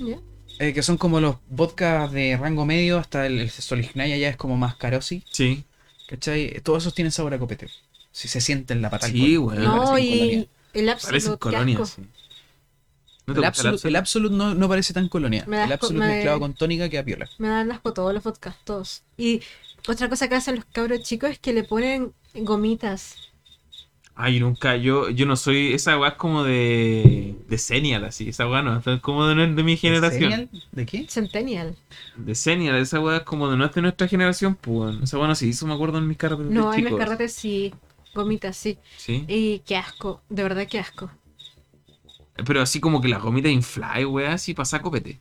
[SPEAKER 2] ¿Ya?
[SPEAKER 3] Eh, que son como los vodkas de rango medio hasta el, el Stolignaya ya es como más carosi,
[SPEAKER 1] sí.
[SPEAKER 3] ¿cachai? Todos esos tienen sabor a copete. Si se siente en la pata
[SPEAKER 1] Sí,
[SPEAKER 3] alcohol,
[SPEAKER 1] weón.
[SPEAKER 2] No,
[SPEAKER 3] y parecen colonias.
[SPEAKER 2] y el
[SPEAKER 1] Parece
[SPEAKER 2] absoluto, qué
[SPEAKER 1] colonia,
[SPEAKER 2] asco.
[SPEAKER 1] sí. ¿No te
[SPEAKER 3] El
[SPEAKER 1] gusta el
[SPEAKER 3] Absolute, el
[SPEAKER 1] Absolute?
[SPEAKER 3] Absolute no, no parece tan colonia.
[SPEAKER 2] Me da
[SPEAKER 3] El
[SPEAKER 2] asco-
[SPEAKER 3] Absolute
[SPEAKER 2] me-
[SPEAKER 3] mezclado con tónica queda piola.
[SPEAKER 2] Me dan asco todos los vodkas, todos. Y otra cosa que hacen los cabros chicos es que le ponen gomitas.
[SPEAKER 1] Ay, nunca. Yo, yo no soy. Esa weá es como de. De Senial, así. Esa weá no. Es como de, no es de mi generación.
[SPEAKER 3] ¿Cereal? ¿De qué?
[SPEAKER 2] Centennial.
[SPEAKER 1] De Senial, esa weá es como de no es de nuestra generación, pues. weón. Esa weá no se hizo, me acuerdo, en mis carros
[SPEAKER 2] No, en los carretes sí, gomitas sí.
[SPEAKER 1] Sí.
[SPEAKER 2] Y qué asco, de verdad qué asco.
[SPEAKER 1] Pero así como que la comida infly, weá, así pasa copete.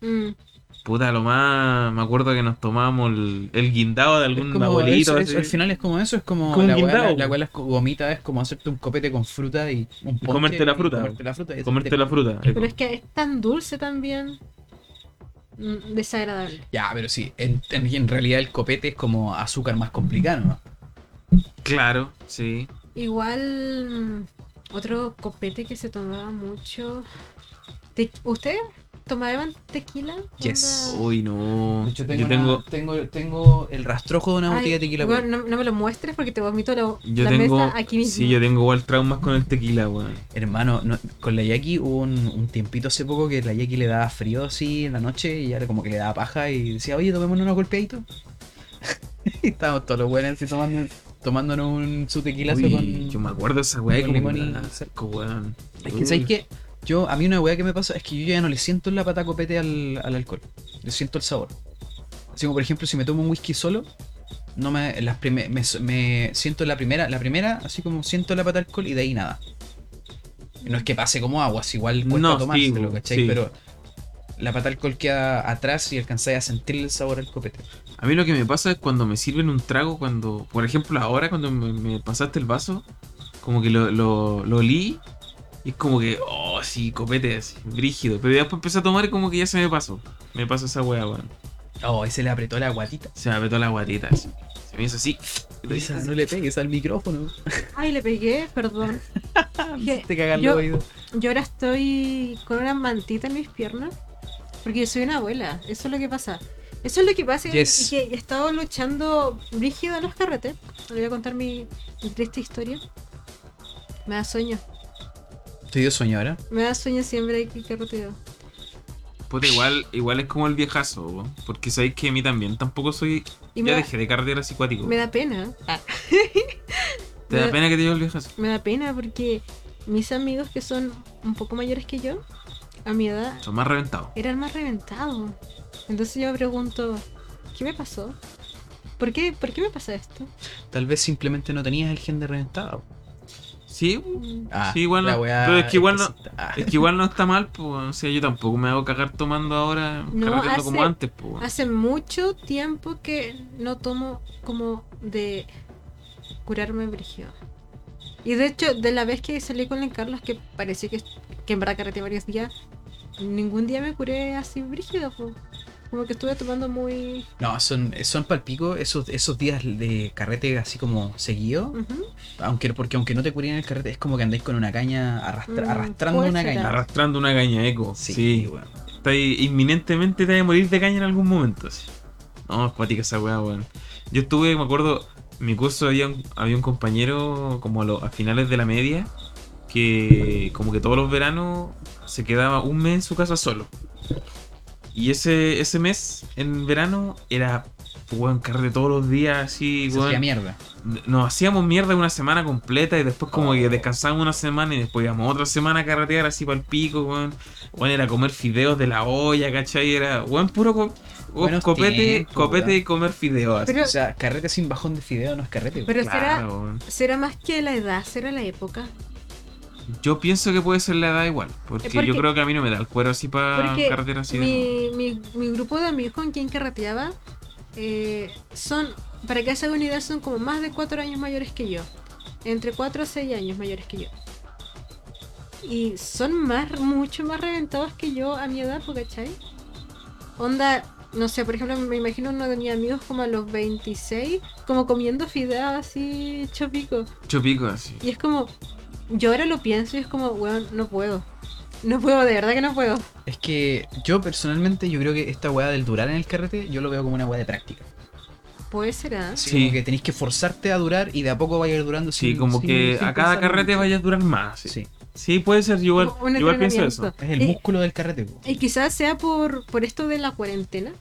[SPEAKER 2] Mm.
[SPEAKER 1] Puta, lo más. Me acuerdo que nos tomamos el, el guindado de
[SPEAKER 3] Es
[SPEAKER 1] algún
[SPEAKER 3] como
[SPEAKER 1] abuelito.
[SPEAKER 3] eso,
[SPEAKER 1] así.
[SPEAKER 3] eso, al final es como eso, es como,
[SPEAKER 1] Como un
[SPEAKER 3] la weá,
[SPEAKER 1] guindao.
[SPEAKER 3] la, la weá, las gomitas, es como hacerte un copete con fruta y un ponche
[SPEAKER 1] comerte la
[SPEAKER 3] y
[SPEAKER 1] fruta.
[SPEAKER 3] Comerte la fruta. y
[SPEAKER 1] Comerte
[SPEAKER 3] hacerte-
[SPEAKER 1] la fruta.
[SPEAKER 2] Pero es que es tan dulce también. Mm, Desagradable.
[SPEAKER 3] Ya, pero sí, en, en- en realidad el copete es como azúcar más complicado, ¿no?
[SPEAKER 1] Claro, sí.
[SPEAKER 2] Igual mm, otro copete que se tomaba mucho. Te- ¿Ustedes tomaban tequila?
[SPEAKER 3] Yes.
[SPEAKER 2] Onda-
[SPEAKER 1] Uy, no.
[SPEAKER 3] De hecho,
[SPEAKER 1] yo
[SPEAKER 3] tengo,
[SPEAKER 1] tengo.
[SPEAKER 3] una- tengo, tengo el rastrojo de una
[SPEAKER 2] Ay,
[SPEAKER 3] botella de tequila.
[SPEAKER 2] bueno,
[SPEAKER 3] weón.
[SPEAKER 2] no, no me lo muestres porque te vomito la,
[SPEAKER 1] Yo
[SPEAKER 2] la
[SPEAKER 1] tengo.
[SPEAKER 2] mesa aquí mismo.
[SPEAKER 1] Sí, yo tengo igual traumas con el tequila, weón.
[SPEAKER 3] Hermano, no- con la Jackie hubo un, un tiempito hace poco que la Jackie le daba frío así en la noche y ya como que le daba paja y decía, oye, tomémonos unos golpeaditos. y estábamos todos los buenos así tomando, tomándonos un, su tequilazo
[SPEAKER 1] Uy,
[SPEAKER 3] con...
[SPEAKER 1] Yo me acuerdo de esa weá
[SPEAKER 3] con
[SPEAKER 1] como me
[SPEAKER 3] limón y
[SPEAKER 1] da
[SPEAKER 3] sal.
[SPEAKER 1] asco, weón.
[SPEAKER 3] Es
[SPEAKER 1] Uy.
[SPEAKER 3] que, ¿sabes qué? Yo, a mí una weá que me pasa es que yo ya no le siento la pata copete al, al alcohol. Le siento el sabor. Así como, por ejemplo, si me tomo un whisky solo, no me, las prime- me, me siento la primera, la primera, así como siento la pata de alcohol y de ahí nada. No es que pase como aguas, igual cuesta
[SPEAKER 1] No, sí,
[SPEAKER 3] tomárselo,
[SPEAKER 1] bo,
[SPEAKER 3] ¿cachai?
[SPEAKER 1] sí.
[SPEAKER 3] Pero la pata de alcohol queda atrás y alcanzáis a sentir el sabor al copete.
[SPEAKER 1] A mí lo que me pasa es cuando me sirven un trago, cuando, por ejemplo, ahora cuando me, me pasaste el vaso, como que lo, lo, lo olí y es como que, oh, sí, copete, así, brígido. Pero ya después empecé a tomar y como que ya se me pasó. Me pasó esa weá, weón.
[SPEAKER 3] Oh, y se le apretó la guatita.
[SPEAKER 1] Se me apretó la guatita, así. Se me hizo así. y lo hice
[SPEAKER 3] Isa,
[SPEAKER 1] así.
[SPEAKER 3] no le pegues al micrófono.
[SPEAKER 2] Ay, le pegué, perdón. Que-
[SPEAKER 3] Te cagan
[SPEAKER 2] yo-
[SPEAKER 3] los oídos.
[SPEAKER 2] Yo ahora estoy con una mantita en mis piernas porque yo soy una abuela. Eso es lo que pasa. Eso es lo que pasa y-
[SPEAKER 3] Yes.
[SPEAKER 2] y que he estado luchando brígido en los carretes. Le voy a contar mi, mi triste historia. Me da sueño.
[SPEAKER 3] Te dio sueño ahora.
[SPEAKER 2] Me da sueño siempre que carreteo.
[SPEAKER 1] Puta, igual, igual es como el viejazo, po, porque sabéis que a mí también tampoco soy.
[SPEAKER 2] Y me
[SPEAKER 1] ya
[SPEAKER 2] da-
[SPEAKER 1] dejé de carretear así cuático.
[SPEAKER 2] Me da pena. Ah.
[SPEAKER 1] ¿Te da pena que te lleve el viejazo?
[SPEAKER 2] Me da pena porque mis amigos que son un poco mayores que yo, a mi edad,
[SPEAKER 1] Son más reventados.
[SPEAKER 2] eran más reventados. Entonces yo me pregunto, ¿qué me pasó? ¿Por qué, ¿Por qué me pasa esto?
[SPEAKER 3] Tal vez simplemente no tenías el gen de reventado.
[SPEAKER 1] Sí, po.
[SPEAKER 2] Mm,
[SPEAKER 1] Sí, igual
[SPEAKER 3] la
[SPEAKER 1] no-
[SPEAKER 3] weá
[SPEAKER 1] pero es que igual no-
[SPEAKER 3] exquisita. Ah.
[SPEAKER 1] es que igual no está mal, pues. O sea, yo tampoco me hago cagar tomando ahora,
[SPEAKER 2] No,
[SPEAKER 1] carreteando
[SPEAKER 2] hace-
[SPEAKER 1] como antes, pues.
[SPEAKER 2] Hace mucho tiempo que no tomo como de curarme brígido. Y de hecho, de la vez que salí con el Carlos, que pareció que, que en verdad carreteé varios días, ningún día me curé así brígido. po. Como que estuve tomando muy...
[SPEAKER 3] No, son, son palpico esos, esos días de carrete así como seguido.
[SPEAKER 2] Ujú.
[SPEAKER 3] Aunque, porque aunque no te curían el carrete, es como que andáis con una caña arrastra-
[SPEAKER 2] Mm,
[SPEAKER 3] arrastrando
[SPEAKER 2] puede
[SPEAKER 3] una
[SPEAKER 2] ser.
[SPEAKER 3] caña.
[SPEAKER 1] Arrastrando una caña eco.
[SPEAKER 3] Sí,
[SPEAKER 1] Sí.
[SPEAKER 3] weón.
[SPEAKER 1] Está ahí, inminentemente te vas a morir de caña en algún momento. así. No, es cuática esa weá, weón. Yo estuve, me acuerdo, en mi curso había un, había un compañero como a, lo- a finales de la media que como que todos los veranos se quedaba un mes en su casa solo. Y ese, ese mes, en verano, era, weón, carrete todos los días, así,
[SPEAKER 3] Se hacía
[SPEAKER 1] weón
[SPEAKER 3] mierda.
[SPEAKER 1] nos hacíamos mierda una semana completa y después como
[SPEAKER 3] Oh.
[SPEAKER 1] que descansábamos una semana y después íbamos otra semana a carretear así para el pico, weón. Weón, era comer fideos de la olla, ¿cachai? Era, weón, puro co- weón,
[SPEAKER 3] Buenos
[SPEAKER 1] copete,
[SPEAKER 3] tiempos,
[SPEAKER 1] copete
[SPEAKER 3] weón.
[SPEAKER 1] y comer fideos. así.
[SPEAKER 2] Pero,
[SPEAKER 3] O sea, carrete sin bajón de fideo no es carrete.
[SPEAKER 2] pero será,
[SPEAKER 1] Claro, weón.
[SPEAKER 2] será más que la edad, será la época.
[SPEAKER 1] Yo pienso que puede ser la edad igual, porque,
[SPEAKER 2] Porque-
[SPEAKER 1] yo creo que a mí no me da el cuero así para
[SPEAKER 2] Porque
[SPEAKER 1] carretear así. de nuevo.
[SPEAKER 2] mi, mi, mi grupo de amigos con quien carreteaba eh, son, para que se hagan una idea, son como más de 4 años mayores que yo. Entre 4 a 6 años mayores que yo. Y son más, mucho más reventados que yo a mi edad, po, ¿cachai? Onda, no sé, por ejemplo, me imagino uno de mis amigos como a los 26, como comiendo fideos así, chopico.
[SPEAKER 1] Chupico así.
[SPEAKER 2] Y es como, yo ahora lo pienso y es como, weón, no puedo. No puedo, de verdad que no puedo.
[SPEAKER 3] Es que yo personalmente, yo creo que esta weá del durar en el carrete, yo lo veo como una weá de práctica.
[SPEAKER 2] Puede ser, ¿ah?
[SPEAKER 3] Así
[SPEAKER 1] Sí.
[SPEAKER 3] como que tenéis que forzarte a durar y de a poco vaya a ir durando.
[SPEAKER 1] Sí,
[SPEAKER 3] sin-
[SPEAKER 1] como
[SPEAKER 3] sin-
[SPEAKER 1] que
[SPEAKER 3] sin
[SPEAKER 1] a cada
[SPEAKER 3] pensarlo
[SPEAKER 1] carrete
[SPEAKER 3] mucho.
[SPEAKER 1] vaya a durar más. Sí,
[SPEAKER 3] Sí,
[SPEAKER 1] Sí, puede ser, yo igual,
[SPEAKER 2] Un
[SPEAKER 1] yo igual pienso eso.
[SPEAKER 2] entrenamiento.
[SPEAKER 3] es el
[SPEAKER 2] Y-
[SPEAKER 3] músculo del carrete. po.
[SPEAKER 2] Y quizás sea por, por esto de la cuarentena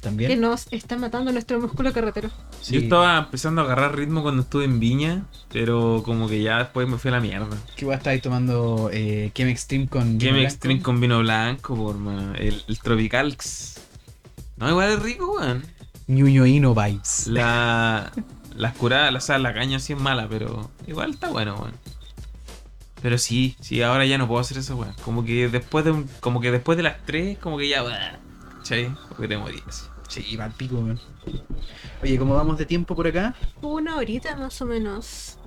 [SPEAKER 3] También.
[SPEAKER 2] que nos está matando nuestro músculo carretero.
[SPEAKER 3] Sí.
[SPEAKER 1] Yo estaba empezando a agarrar ritmo cuando estuve en Viña, pero como que ya después me fui a la mierda.
[SPEAKER 3] ¿Qué weá estáis tomando eh, Game Extreme con.
[SPEAKER 1] Que
[SPEAKER 3] vino
[SPEAKER 1] me
[SPEAKER 3] blanco?
[SPEAKER 1] extreme con vino blanco, por mano. El, el Tropicalx. No, igual es rico, weón.
[SPEAKER 3] Ñuñoíno vibes.
[SPEAKER 1] La, las curadas, la, o sea, la caña sí es mala, pero igual está bueno, weón. Pero sí, sí, ahora ya no puedo hacer eso, weón. Como que después de un- como que después de las 3, como que ya, weón. ¿Cachai? Como que te morías.
[SPEAKER 3] Sí, va al pico, weón. Oye, ¿cómo vamos de tiempo por acá?
[SPEAKER 2] Una horita más o menos.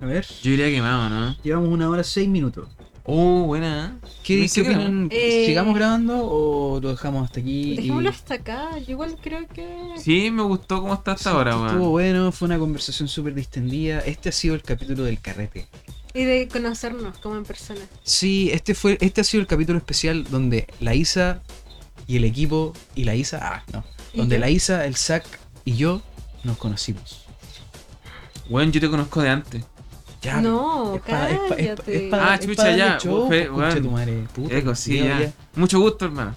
[SPEAKER 3] A ver.
[SPEAKER 1] Yo iría quemado, ¿no?
[SPEAKER 3] Llevamos una hora seis minutos.
[SPEAKER 1] Oh, buena. ¿eh?
[SPEAKER 3] ¿Qué,
[SPEAKER 1] No
[SPEAKER 3] qué
[SPEAKER 1] sé qué
[SPEAKER 3] opinan?
[SPEAKER 2] Eh,
[SPEAKER 3] ¿Sigamos grabando o lo dejamos hasta aquí? y-
[SPEAKER 2] Dejémoslo hasta acá. Yo igual creo que.
[SPEAKER 1] Sí, me gustó cómo está hasta
[SPEAKER 3] Sí,
[SPEAKER 1] ahora, weón.
[SPEAKER 3] estuvo bueno, fue una conversación súper distendida. Este ha sido el capítulo del carrete.
[SPEAKER 2] Y de conocernos como en persona.
[SPEAKER 3] Sí, este fue, este ha sido el capítulo especial donde la Isa y el equipo y la Isa, ah, no,
[SPEAKER 2] ¿Y
[SPEAKER 3] donde
[SPEAKER 2] yo?
[SPEAKER 3] la Isa, el Zac y yo nos conocimos.
[SPEAKER 1] Weón, yo te conozco de antes.
[SPEAKER 3] Ya,
[SPEAKER 2] no,
[SPEAKER 3] es pa- es pa- es pa-
[SPEAKER 2] cállate.
[SPEAKER 3] es pa-
[SPEAKER 1] Ah,
[SPEAKER 3] es pa
[SPEAKER 1] chucha,
[SPEAKER 3] darle
[SPEAKER 1] ya,
[SPEAKER 3] show,
[SPEAKER 1] fue-
[SPEAKER 3] pues, concha
[SPEAKER 1] bueno.
[SPEAKER 3] tu madre, puta,
[SPEAKER 1] Eco, sí,
[SPEAKER 3] ya,
[SPEAKER 1] ya.
[SPEAKER 3] ya.
[SPEAKER 1] Mucho gusto, hermano.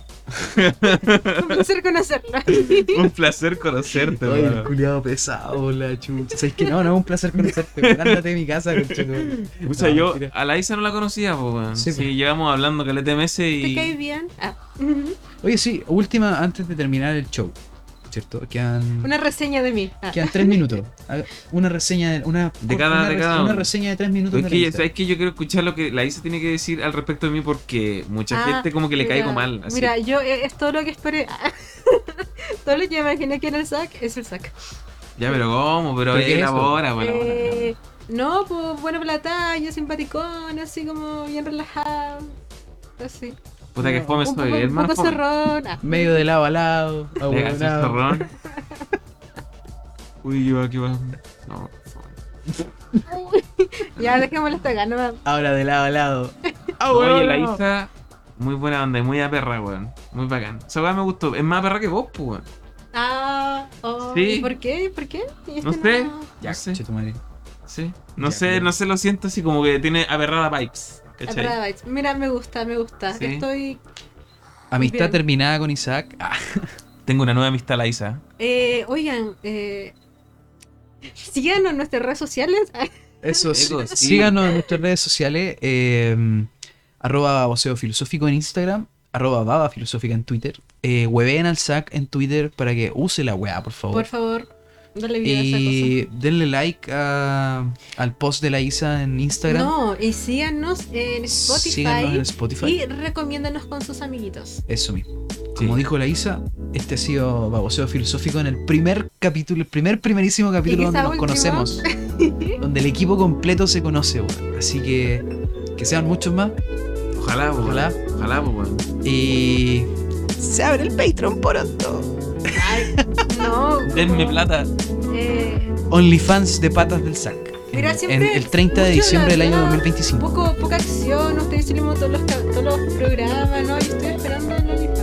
[SPEAKER 2] Un placer conocernos.
[SPEAKER 1] Un placer conocerte,
[SPEAKER 3] Ay, el
[SPEAKER 1] hermano.
[SPEAKER 3] culiado pesado, la chucha. ¿Sabes que no? No, es un placer conocerte. weón. Ándate de mi casa, concha tu madre.
[SPEAKER 1] O sea,
[SPEAKER 3] No,
[SPEAKER 1] yo
[SPEAKER 3] mentira.
[SPEAKER 1] a la Isa no la conocía, po, weón.
[SPEAKER 3] Sí, pues.
[SPEAKER 1] Sí,
[SPEAKER 3] po.
[SPEAKER 1] llevamos hablando caleta de meses
[SPEAKER 2] ¿Te cae
[SPEAKER 1] y.
[SPEAKER 2] bien? Ah, ujú.
[SPEAKER 3] Oye, sí, última, antes de terminar el show, ¿cierto? Quedan.
[SPEAKER 2] Una reseña de mí. Ah,
[SPEAKER 3] Quedan tres minutos. Haga- Una reseña de, una,
[SPEAKER 1] De cada-
[SPEAKER 3] una,
[SPEAKER 1] de
[SPEAKER 3] rese-
[SPEAKER 1] cada
[SPEAKER 3] una
[SPEAKER 1] uno.
[SPEAKER 3] reseña de tres minutos.
[SPEAKER 1] Es
[SPEAKER 3] de la
[SPEAKER 1] que,
[SPEAKER 3] lista.
[SPEAKER 1] ¿sabes qué? Yo quiero escuchar lo que la Isa tiene que decir al respecto de mí porque mucha
[SPEAKER 2] ah,
[SPEAKER 1] gente como que le
[SPEAKER 2] mira,
[SPEAKER 1] caigo mal. Así.
[SPEAKER 2] Mira, yo eh, es todo lo que esperé. todo lo que imaginé que era el sac es el sac.
[SPEAKER 1] Ya, pero ¿cómo? Pero,
[SPEAKER 3] ¿Pero qué es eso?
[SPEAKER 1] elabora, bueno.
[SPEAKER 2] Eh, No, pues bueno para la talla, simpaticón, así como bien relajado. Así.
[SPEAKER 1] Puta que
[SPEAKER 3] no,
[SPEAKER 1] fome
[SPEAKER 2] un
[SPEAKER 1] soy,
[SPEAKER 2] poco, un
[SPEAKER 1] hermano.
[SPEAKER 2] poco
[SPEAKER 1] fome.
[SPEAKER 2] cerrón. Ah.
[SPEAKER 3] Medio de lado a lado.
[SPEAKER 1] Le gané el
[SPEAKER 3] ahueonado.
[SPEAKER 1] zorrón. Uy, qué va, qué va. No, fome.
[SPEAKER 2] Ya dejémoslo hasta acá, no va.
[SPEAKER 3] Ahora de lado a lado.
[SPEAKER 1] Oye, la
[SPEAKER 3] Ahueonado.
[SPEAKER 1] Isa, muy buena onda y muy a perra, weón. Muy bacán. Esa weá me gustó. Es más perra que vos, pues, weón.
[SPEAKER 2] Ah, oh,
[SPEAKER 1] Sí.
[SPEAKER 2] ¿y por qué? ¿Por qué? Y
[SPEAKER 1] No
[SPEAKER 2] este
[SPEAKER 1] sé.
[SPEAKER 3] Ya,
[SPEAKER 1] No sé.
[SPEAKER 3] concha tu madre.
[SPEAKER 1] Sí. No
[SPEAKER 3] Ya,
[SPEAKER 1] sé,
[SPEAKER 3] pero-
[SPEAKER 1] no sé, lo siento así como que tiene aberrada vibes. ¿Cachai?
[SPEAKER 2] Atrada Bites. Mira, me gusta, me gusta.
[SPEAKER 1] Sí.
[SPEAKER 2] Estoy
[SPEAKER 3] Amistad
[SPEAKER 2] Bien.
[SPEAKER 3] terminada con Isaac. Ah,
[SPEAKER 1] Tengo una nueva amistad, la Isa.
[SPEAKER 2] Eh, oigan, eh, síganos en nuestras redes sociales.
[SPEAKER 3] eso sí.
[SPEAKER 1] Eso sí.
[SPEAKER 3] Síganos en nuestras redes sociales. eh, arroba voceo filosófico en Instagram. Arroba baba filosófica en Twitter. Eh, hueveen al Zac en Twitter para que use la weá, por favor.
[SPEAKER 2] Por favor, dale vida a esa cosa.
[SPEAKER 3] Oh. y denle like a- al post de la Isa en Instagram.
[SPEAKER 2] No, y síganos en Spotify,
[SPEAKER 3] Síganos en Spotify.
[SPEAKER 2] y recomiéndanos con sus amiguitos.
[SPEAKER 3] Eso mismo.
[SPEAKER 1] Sí.
[SPEAKER 3] Como dijo la Isa, este ha sido Baboseo Filosófico en el primer capítulo, el primer primerísimo capítulo
[SPEAKER 2] Y
[SPEAKER 3] donde
[SPEAKER 2] quizá
[SPEAKER 3] nos
[SPEAKER 2] último.
[SPEAKER 3] conocemos. donde el equipo completo se conoce, weón. Así que que sean muchos más
[SPEAKER 1] Ojalá, po,
[SPEAKER 3] Ojalá.
[SPEAKER 1] Ojalá, po, weón.
[SPEAKER 3] y... Se abre el Patreon pronto.
[SPEAKER 2] Ay, no.
[SPEAKER 1] Denme
[SPEAKER 2] como,
[SPEAKER 1] plata.
[SPEAKER 2] eh,
[SPEAKER 3] OnlyFans de patas del sac.
[SPEAKER 2] Mira,
[SPEAKER 3] En- en
[SPEAKER 2] siempre
[SPEAKER 3] el 30 de
[SPEAKER 2] mucho
[SPEAKER 3] diciembre del año
[SPEAKER 2] hablar,
[SPEAKER 3] 2025.
[SPEAKER 2] poco, poca acción, ustedes hicimos todos los, ca- todos los programas, ¿no? Yo estoy esperando en la lista.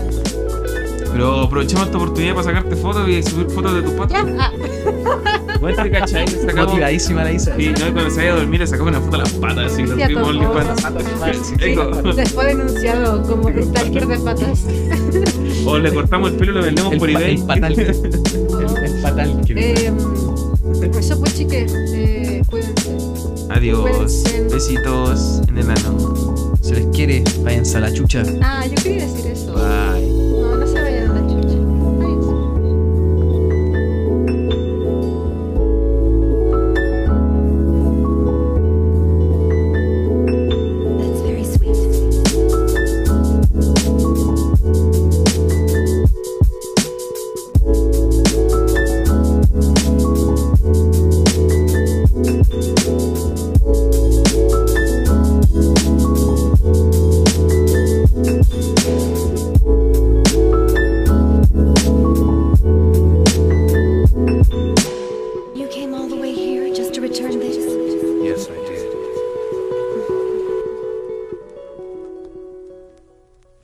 [SPEAKER 1] Pero aprovechemos esta oportunidad para sacarte fotos y subir fotos de tu
[SPEAKER 2] Ya,
[SPEAKER 1] pato.
[SPEAKER 2] ah,
[SPEAKER 1] Cuéntate, ¿cachai? Le Sacamos...
[SPEAKER 3] Motivadísima la Isa.
[SPEAKER 1] Sí, no, y cuando se vaya a dormir le sacamos una foto a las patas. Así, las
[SPEAKER 2] Ya,
[SPEAKER 1] subimos
[SPEAKER 2] todo.
[SPEAKER 1] en OnlyFans.
[SPEAKER 2] sí,
[SPEAKER 1] Eco.
[SPEAKER 2] después denunciado como stalker de patas.
[SPEAKER 1] O le cortamos el pelo y lo vendemos
[SPEAKER 3] El,
[SPEAKER 1] por
[SPEAKER 3] pa-
[SPEAKER 1] eBay.
[SPEAKER 3] el patal. El, el patal.
[SPEAKER 2] Eh, eso pues chiques, eh, cuídense.
[SPEAKER 1] Adiós.
[SPEAKER 2] Cuídense.
[SPEAKER 1] Besitos en el ano.
[SPEAKER 3] Se les quiere. Váyanse a la chucha.
[SPEAKER 2] Ah, yo quería decir eso.
[SPEAKER 1] Bye.